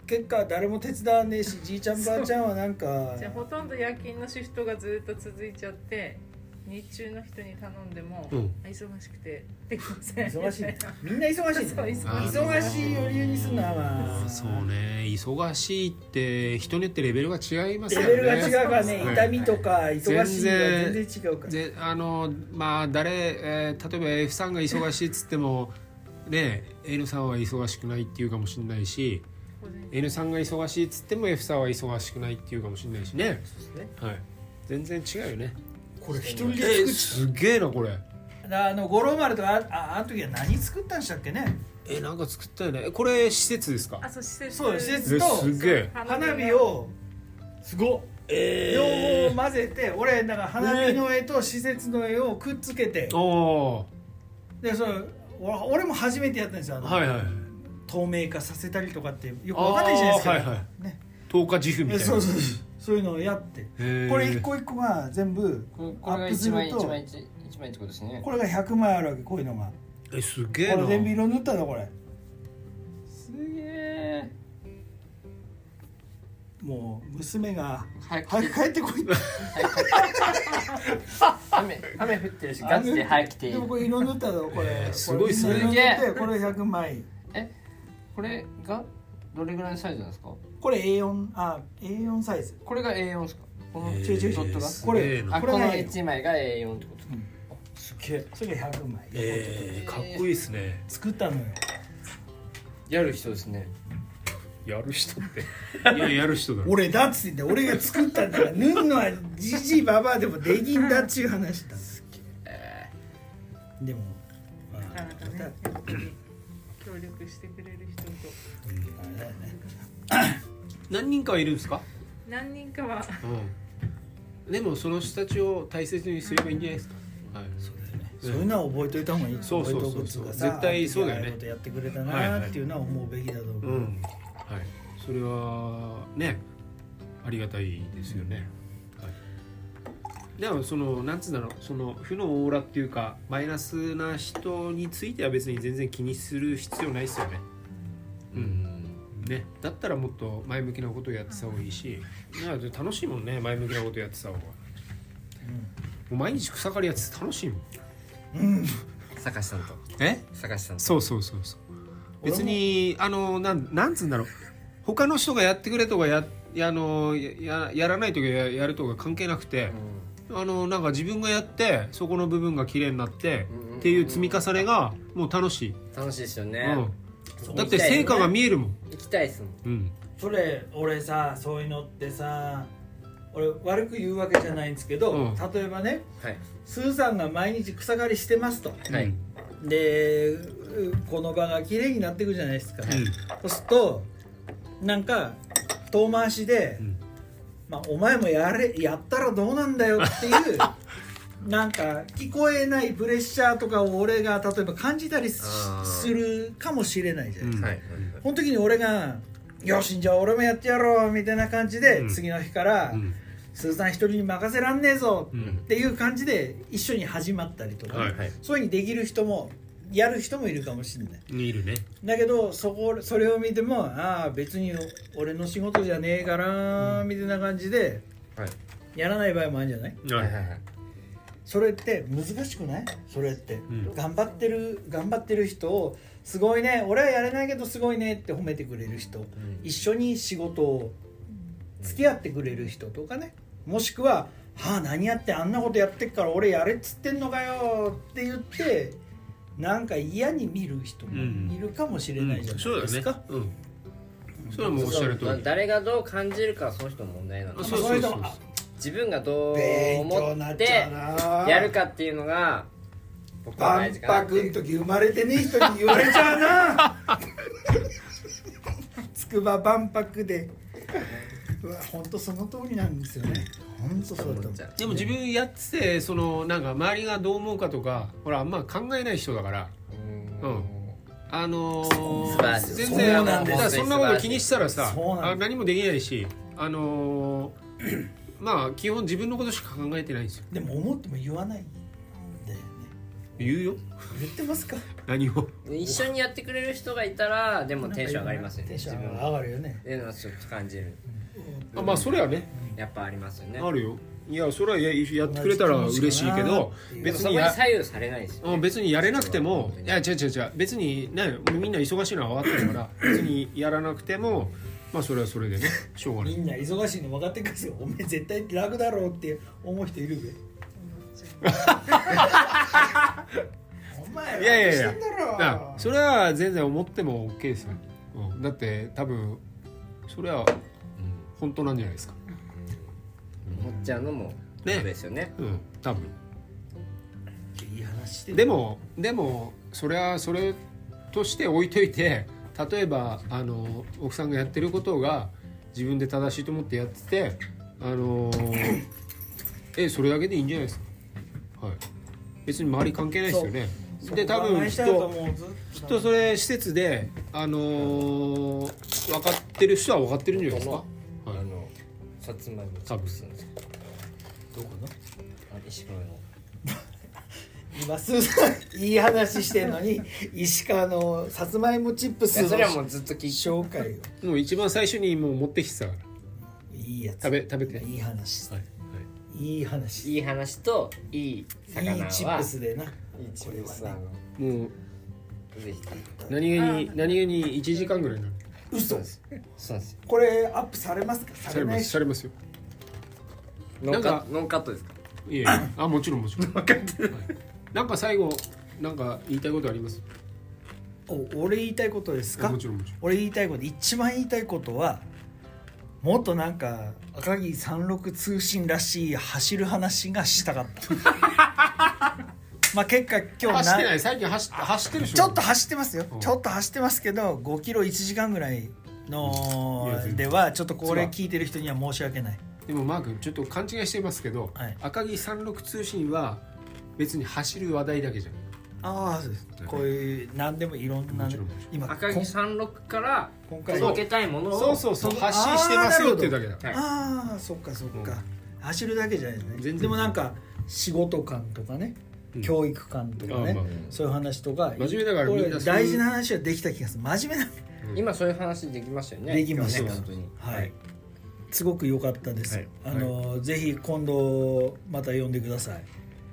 [SPEAKER 3] 結果誰も手伝わねえしじいちゃんばあちゃんはなんか
[SPEAKER 5] じゃあほとんど夜勤のシフトがずっと続いちゃって日中の人に頼んでも、
[SPEAKER 1] うん
[SPEAKER 5] あ忙しくてできません
[SPEAKER 3] 忙しいみんな忙しいね
[SPEAKER 5] そう忙しい
[SPEAKER 3] 忙しいを理由にすんのはま
[SPEAKER 1] あ
[SPEAKER 3] あ
[SPEAKER 1] ーそうね忙しいって人によってレベルが違いますよ
[SPEAKER 3] レ
[SPEAKER 1] ね
[SPEAKER 3] ベルが違うからね
[SPEAKER 1] はい
[SPEAKER 3] 痛みとか忙しいのは
[SPEAKER 1] 全然
[SPEAKER 3] 全然違うから
[SPEAKER 1] であのまあ誰、えー例えば F さんが忙しいっつってもね N さんは忙しくないっていうかもしれないし N さんが忙しいっつっても F さんは忙しくないっていうかもしれないしねはい全然違うよね
[SPEAKER 3] これ一人
[SPEAKER 1] え
[SPEAKER 3] で
[SPEAKER 1] ー
[SPEAKER 3] 作
[SPEAKER 1] すげえなこれ
[SPEAKER 3] っあの五郎丸とかあああの時は何作ったんでしたっけね
[SPEAKER 1] えーなんか作ったよねえこれ施設ですか
[SPEAKER 5] あそう施設
[SPEAKER 3] そう施設
[SPEAKER 1] えすげえ
[SPEAKER 3] 花火をすごっ両方を混ぜて俺なんか花火の絵と施設の絵をくっつけて
[SPEAKER 1] おお
[SPEAKER 3] でそれ俺俺も初めてやったんですよあの
[SPEAKER 1] はいはい
[SPEAKER 3] 透明化させたりとかってよくわかんないじゃないですか、
[SPEAKER 1] あーはいはい
[SPEAKER 3] ね
[SPEAKER 1] 10日自負みた
[SPEAKER 3] え
[SPEAKER 1] いな
[SPEAKER 3] そうそうそうそういうのをやって
[SPEAKER 1] へー
[SPEAKER 3] これ一個一個が全部
[SPEAKER 2] ここ
[SPEAKER 3] ア
[SPEAKER 2] れが
[SPEAKER 3] ップす
[SPEAKER 2] 一枚
[SPEAKER 3] る
[SPEAKER 2] 一
[SPEAKER 3] と
[SPEAKER 2] 枚一枚一枚ってことですね
[SPEAKER 3] これが100枚あるわけこういうのがこ
[SPEAKER 1] えすげえ
[SPEAKER 3] れ
[SPEAKER 1] な
[SPEAKER 3] 全部色塗ったのこれ
[SPEAKER 2] すげえ
[SPEAKER 3] もう娘が
[SPEAKER 2] 早
[SPEAKER 3] 「
[SPEAKER 2] く
[SPEAKER 3] 早く帰ってこい」って
[SPEAKER 2] 雨雨降ってるしガチで早くていい
[SPEAKER 3] でもこれ色塗ったのこれ、
[SPEAKER 1] えー
[SPEAKER 3] これ
[SPEAKER 1] すごいっすね
[SPEAKER 3] 色塗ってこれ100枚
[SPEAKER 2] これがどれぐらいのサイズなんですか
[SPEAKER 3] これ A4 あ A4 サイズ
[SPEAKER 2] これが A4 ですかこの
[SPEAKER 1] えー
[SPEAKER 3] ちょいちょい
[SPEAKER 2] ドットが
[SPEAKER 1] す
[SPEAKER 3] こ
[SPEAKER 1] げえ
[SPEAKER 3] れ
[SPEAKER 1] な
[SPEAKER 2] あ
[SPEAKER 3] こ
[SPEAKER 2] こ
[SPEAKER 3] れが
[SPEAKER 2] の
[SPEAKER 3] A4
[SPEAKER 2] 一枚が A4 ってことですね
[SPEAKER 3] すげえそれが100枚、
[SPEAKER 1] えー、かっこいいですね
[SPEAKER 3] 作ったのよ
[SPEAKER 2] やる人ですね
[SPEAKER 1] やる人っていややる人だろ
[SPEAKER 3] 俺だっつってんだ俺が作ったんだから塗んのはじじいばばあでもできんだっちゅう話だでも、まあ
[SPEAKER 5] なかなかねやっぱり協力してくれる人と
[SPEAKER 3] あれだよね
[SPEAKER 1] 何人かはいるんですか
[SPEAKER 5] 何人かは
[SPEAKER 1] うん、でもその人たちを大切にすればいいんじゃないですか。はい、
[SPEAKER 3] そういうのは覚えといた方がいい
[SPEAKER 1] そうそうそう
[SPEAKER 3] 覚えとくっていかさ
[SPEAKER 1] 絶対そうだよね
[SPEAKER 3] あの時ああいうことやってくれた
[SPEAKER 1] はいは
[SPEAKER 3] ないっていうのは思うべきだと思う、
[SPEAKER 1] うん、はい、それはね、ありがたいですよね。はい。でもそのなんつうんだろう、その負のオーラっていうかマイナスな人については別に全然気にする必要ないですよね。うん。ね、だったらもっと前向きなことをやってた方がいいし、なんか楽しいもんね、前向きなことやってた方が。もう毎日草刈りやってて楽しいもん。
[SPEAKER 6] 坂下さんと
[SPEAKER 1] え？
[SPEAKER 6] 坂下さんと
[SPEAKER 1] そうそうそうそう別にあのなんなんつうんだろう他の人がやってくれとかややあのやややらないとかややるとか関係なくて、あのなんか自分がやってそこの部分が綺麗になって、
[SPEAKER 2] うんうんうん
[SPEAKER 1] っていう積み重ねがもう楽しい、
[SPEAKER 2] 楽しいですよね、
[SPEAKER 1] うん、だって成果が見えるもん、
[SPEAKER 2] 行きたいですもん
[SPEAKER 1] うん、
[SPEAKER 3] それ俺さそういうのってさ俺悪く言うわけじゃないんですけど、
[SPEAKER 1] うん
[SPEAKER 3] 例えばね
[SPEAKER 2] はい
[SPEAKER 3] スーさんが毎日草刈りしてますと
[SPEAKER 2] はい
[SPEAKER 1] うん
[SPEAKER 3] でうこの場が綺麗になっていくじゃないですか、そうするとなんか遠回しで、
[SPEAKER 1] うん
[SPEAKER 3] まあ、お前もやれやったらどうなんだよっ ていうなんか聞こえないプレッシャーとかを俺が例えば感じたりす
[SPEAKER 6] あー
[SPEAKER 3] するかもしれないじゃないですか
[SPEAKER 1] うん
[SPEAKER 6] はい
[SPEAKER 3] この時に俺が「よしじゃあ俺もやってやろう」みたいな感じで、
[SPEAKER 1] うん
[SPEAKER 3] 次の日から
[SPEAKER 1] うん
[SPEAKER 3] 「スーさん一人に任せらんねえぞ」
[SPEAKER 1] う
[SPEAKER 3] っ
[SPEAKER 1] ん
[SPEAKER 3] ていう感じで一緒に始まったりとか、
[SPEAKER 1] はい
[SPEAKER 6] はい
[SPEAKER 3] そういうふうにできる人もやる人もいるかもしれない
[SPEAKER 1] いるね
[SPEAKER 3] だけどそこそれを見てもああ別に俺の仕事じゃねえからみたいな感じで
[SPEAKER 6] はい
[SPEAKER 3] やらない場合もあるんじゃない
[SPEAKER 6] はいはいはい
[SPEAKER 3] それって難しくないそれって、
[SPEAKER 1] ん
[SPEAKER 3] 頑張ってる頑張ってる人をすごいね俺はやれないけどすごいねって褒めてくれる人、一緒に仕事を付き合ってくれる人とかねもしくは「はあ何やってあんなことやってっから俺やれっつってんのかよ」って言ってなんか嫌に見る人もいるかもしれないじゃないですか、
[SPEAKER 1] うん、それはもうおっしゃる通
[SPEAKER 2] そう
[SPEAKER 1] り
[SPEAKER 2] 誰がどう感じるかはその人の問題なの
[SPEAKER 1] あそうそうそうそう
[SPEAKER 2] 自分がどう
[SPEAKER 8] 勉強に
[SPEAKER 2] 思
[SPEAKER 8] なっ
[SPEAKER 2] っ
[SPEAKER 8] ちゃ
[SPEAKER 2] て
[SPEAKER 8] うな
[SPEAKER 2] やるかっていうのが僕は
[SPEAKER 8] 万
[SPEAKER 2] 大事かなって
[SPEAKER 8] 博の時生まれてねえ人に言われちゃうな筑波万博でうわ本当その通りなんですよね本当そうだと思う
[SPEAKER 1] でも自分やっててそのなんか周りがどう思うかとかほらあんま考えない人だからうんあのー
[SPEAKER 2] 素晴らしい
[SPEAKER 1] 全
[SPEAKER 8] そ
[SPEAKER 1] 然
[SPEAKER 8] うなんです
[SPEAKER 1] だからそんなこと気にしたらさ
[SPEAKER 8] そうなんです
[SPEAKER 1] あ何もできないしあのー まあ基本自分のことしか考えてないんですよ
[SPEAKER 8] でも思っても言わないんだよね
[SPEAKER 1] 言うよ
[SPEAKER 8] 言ってますか
[SPEAKER 1] 何を
[SPEAKER 2] 一緒にやってくれる人がいたらでもテンション上がりますよね
[SPEAKER 8] テンショ
[SPEAKER 2] 自分
[SPEAKER 8] ン
[SPEAKER 2] は
[SPEAKER 8] 上がるよね
[SPEAKER 2] っていうのはちょっと感じる
[SPEAKER 1] あまあそれはね
[SPEAKER 2] やっぱありますよね
[SPEAKER 1] あるよいやそれはややってくれたら嬉しいけど
[SPEAKER 2] でも
[SPEAKER 1] 別
[SPEAKER 2] そ
[SPEAKER 1] に
[SPEAKER 2] こに
[SPEAKER 1] や
[SPEAKER 2] 左右されないですよ
[SPEAKER 1] うん別にやれなくてもいや違う違う違う別にねみんな忙しいのは分かってるから別にやらなくてもまあそれはそれで ねしょうがな
[SPEAKER 8] み
[SPEAKER 1] い
[SPEAKER 8] んな忙しいの分かってくるすよおめえ絶対楽だろうって思う人いるべお前
[SPEAKER 1] いやいやいや
[SPEAKER 8] 楽してんだろ
[SPEAKER 1] だからそれは全然思っても OK ですよ、うん、だって多分それは本当なんじゃないですか
[SPEAKER 2] 思っちゃうのも
[SPEAKER 1] ね
[SPEAKER 2] そうですよね
[SPEAKER 1] うん多分
[SPEAKER 8] いい話してる
[SPEAKER 1] でもでもそれはそれとして置いといて例えばあの奥さんがやってることが自分で正しいと思ってやっててあのえそれだけでいいんじゃないですか、はい、別に周り関係ないですよねで多分きっときっとそれ施設であのー分かってる人は分かってるんじゃないですか、
[SPEAKER 6] あ
[SPEAKER 1] はい、
[SPEAKER 6] のさつまいも
[SPEAKER 1] 多分
[SPEAKER 6] どこの石黒の
[SPEAKER 8] 今すーさんいい話してんのに石川のさつまいもチップ
[SPEAKER 2] い
[SPEAKER 8] ス
[SPEAKER 2] や
[SPEAKER 8] の
[SPEAKER 2] それはもうずっと聞いて
[SPEAKER 8] 紹介を
[SPEAKER 1] もう一番最初にもう持ってきてたから
[SPEAKER 8] いいやつ
[SPEAKER 1] 食べ食べて
[SPEAKER 8] いい話
[SPEAKER 1] はい
[SPEAKER 8] いい話いい
[SPEAKER 2] いい話といい魚はい
[SPEAKER 8] チップスでなこ
[SPEAKER 6] 一
[SPEAKER 8] れ
[SPEAKER 6] 部
[SPEAKER 8] は
[SPEAKER 6] さ
[SPEAKER 8] ね
[SPEAKER 6] ん
[SPEAKER 1] もう
[SPEAKER 2] ぜひ
[SPEAKER 1] 何気に何気に1時間ぐらいになる
[SPEAKER 8] 嘘
[SPEAKER 2] そうですよ
[SPEAKER 8] これアップされますか
[SPEAKER 1] さ
[SPEAKER 8] さ
[SPEAKER 1] れ
[SPEAKER 8] れな
[SPEAKER 1] ま
[SPEAKER 8] い
[SPEAKER 1] すされますよ
[SPEAKER 2] ノ
[SPEAKER 1] なん
[SPEAKER 2] ンカ
[SPEAKER 1] か
[SPEAKER 2] ノンカットですか
[SPEAKER 1] いえい えあもちろんもちろん分かってなんか最後なんか言いたいことあります
[SPEAKER 3] お俺言いたいことです
[SPEAKER 1] あ
[SPEAKER 3] か
[SPEAKER 1] もちろんもち
[SPEAKER 3] 俺言いたいこと一番言いたいことはもっとなんか赤木三六通信らしい走る話がしたかったまあ結果
[SPEAKER 1] ろ
[SPEAKER 3] 今
[SPEAKER 1] ん
[SPEAKER 3] 日
[SPEAKER 1] 走ってな
[SPEAKER 3] ない
[SPEAKER 1] 最近走って走ってるでし
[SPEAKER 3] ちょっと走ってますよ
[SPEAKER 1] うん
[SPEAKER 3] ちょっと走ってますけど5キロ1時間ぐらいの
[SPEAKER 1] うんいや全然
[SPEAKER 3] ではちょっとこれ聞いてる人には申し訳ない
[SPEAKER 1] でもマー君ちょっと勘違いしてますけど、
[SPEAKER 3] はい
[SPEAKER 1] 赤木三六通信は別に走る話題だけじゃない
[SPEAKER 3] ああそうですこういう何でもいろんな
[SPEAKER 1] もちろんもち
[SPEAKER 3] 今
[SPEAKER 2] 赤木三六から
[SPEAKER 3] こん今回
[SPEAKER 1] そう
[SPEAKER 2] 届けたいものを
[SPEAKER 1] そうそうそう発信してますよっていうだけだ
[SPEAKER 2] はい
[SPEAKER 3] ああそっかそっか、走るだけじゃないですね
[SPEAKER 1] 全然
[SPEAKER 3] でもなんか仕事感とかね、
[SPEAKER 1] うん
[SPEAKER 3] 教育感とかね、
[SPEAKER 1] あまあ
[SPEAKER 3] そういう話とか
[SPEAKER 1] 真面目だからみんな
[SPEAKER 3] こ
[SPEAKER 1] そう
[SPEAKER 3] れ
[SPEAKER 1] いう
[SPEAKER 3] 大事な話はできた気がする真面目な
[SPEAKER 2] 今そういう話できましたよね
[SPEAKER 3] できました
[SPEAKER 2] 今日ね本当に
[SPEAKER 3] はい、すごく良かったです、
[SPEAKER 1] はい
[SPEAKER 3] あの、ぜひ今度また呼んでください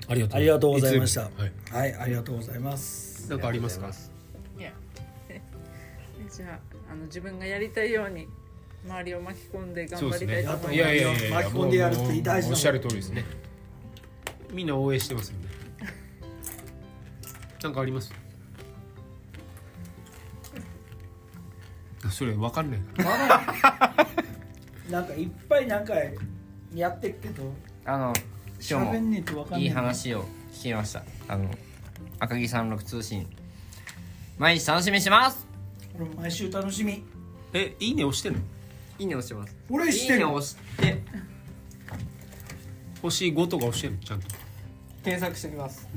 [SPEAKER 1] ありが
[SPEAKER 3] ありがとうございました
[SPEAKER 1] つもはい
[SPEAKER 3] はいありがとうございます
[SPEAKER 1] なんかありますか
[SPEAKER 5] いや じゃああの自分がやりたいように周りを巻き込んで頑張りたいと思います
[SPEAKER 1] いやいやいやいや
[SPEAKER 3] 巻き込んでやるって大事なの
[SPEAKER 1] もうおっしゃる通りですねみんな応援してますよねなんかありますあそれわかんないな
[SPEAKER 8] なんかいっぱいなんかやってっけど
[SPEAKER 2] あの今日
[SPEAKER 8] 喋
[SPEAKER 2] も
[SPEAKER 8] んねえと分かんない
[SPEAKER 2] いい話を聞けましたあの赤木三六通信毎日楽しみにします
[SPEAKER 8] 俺毎週楽しみ
[SPEAKER 1] えいいね押してんの
[SPEAKER 2] いいね押してます
[SPEAKER 8] 俺し
[SPEAKER 2] い
[SPEAKER 8] て
[SPEAKER 2] い
[SPEAKER 8] る
[SPEAKER 2] ね押して
[SPEAKER 1] 星5とか押してんのちゃんと
[SPEAKER 2] 検索してきます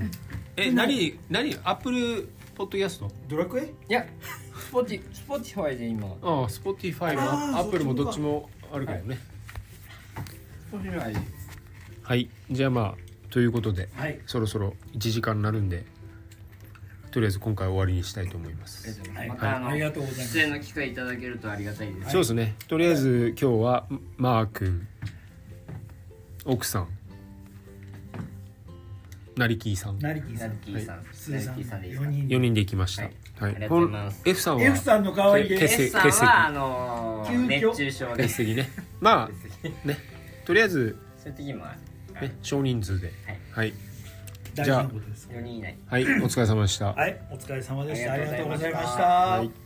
[SPEAKER 1] え何何アップルポッドキャスト
[SPEAKER 8] ドラクエ
[SPEAKER 2] いやスポティスポティファイで今
[SPEAKER 1] ああスポティファイも
[SPEAKER 8] あー
[SPEAKER 1] アップルもどっちもあるけどね
[SPEAKER 2] スポティファイ
[SPEAKER 1] はいじゃあまあということで、
[SPEAKER 2] はい
[SPEAKER 1] そろそろ1時間になるんでとりあえず今回終わりにしたいと思います
[SPEAKER 2] またあの
[SPEAKER 8] ありがとうございます
[SPEAKER 2] 出演の機会いただけるとありがたいです
[SPEAKER 1] そうですね。とりあえず今日はマー君、奥さん、なりきいさん、
[SPEAKER 8] なりきさ
[SPEAKER 2] ナ
[SPEAKER 8] ん
[SPEAKER 2] ルキーさん
[SPEAKER 8] スー
[SPEAKER 2] ナル
[SPEAKER 8] さん
[SPEAKER 2] キーさんでいいです
[SPEAKER 8] 4
[SPEAKER 2] か
[SPEAKER 8] 人
[SPEAKER 1] 四人で行きました。
[SPEAKER 2] は
[SPEAKER 1] はいい。
[SPEAKER 2] ありがとうございます
[SPEAKER 1] ほん F さんは
[SPEAKER 8] F さんの代わり
[SPEAKER 1] 欠
[SPEAKER 8] で
[SPEAKER 1] 席
[SPEAKER 2] S さんはあの
[SPEAKER 8] 急遽
[SPEAKER 2] 熱中症で
[SPEAKER 1] 欠
[SPEAKER 2] す
[SPEAKER 1] 席ね。 まあね、とりあえず
[SPEAKER 2] そういう時もある
[SPEAKER 1] ね少人数で、
[SPEAKER 2] はい
[SPEAKER 1] はい。
[SPEAKER 3] 大事なことです
[SPEAKER 2] 4人以内
[SPEAKER 1] はいお疲れ様でした
[SPEAKER 3] はいお疲れ様でしたあ
[SPEAKER 2] あ
[SPEAKER 3] り
[SPEAKER 2] りが
[SPEAKER 3] がと
[SPEAKER 2] と
[SPEAKER 3] う
[SPEAKER 2] う
[SPEAKER 3] ご
[SPEAKER 2] ご
[SPEAKER 3] ざ
[SPEAKER 2] ざ
[SPEAKER 3] い
[SPEAKER 2] い
[SPEAKER 3] ま
[SPEAKER 2] ま
[SPEAKER 3] し、
[SPEAKER 2] した
[SPEAKER 1] はい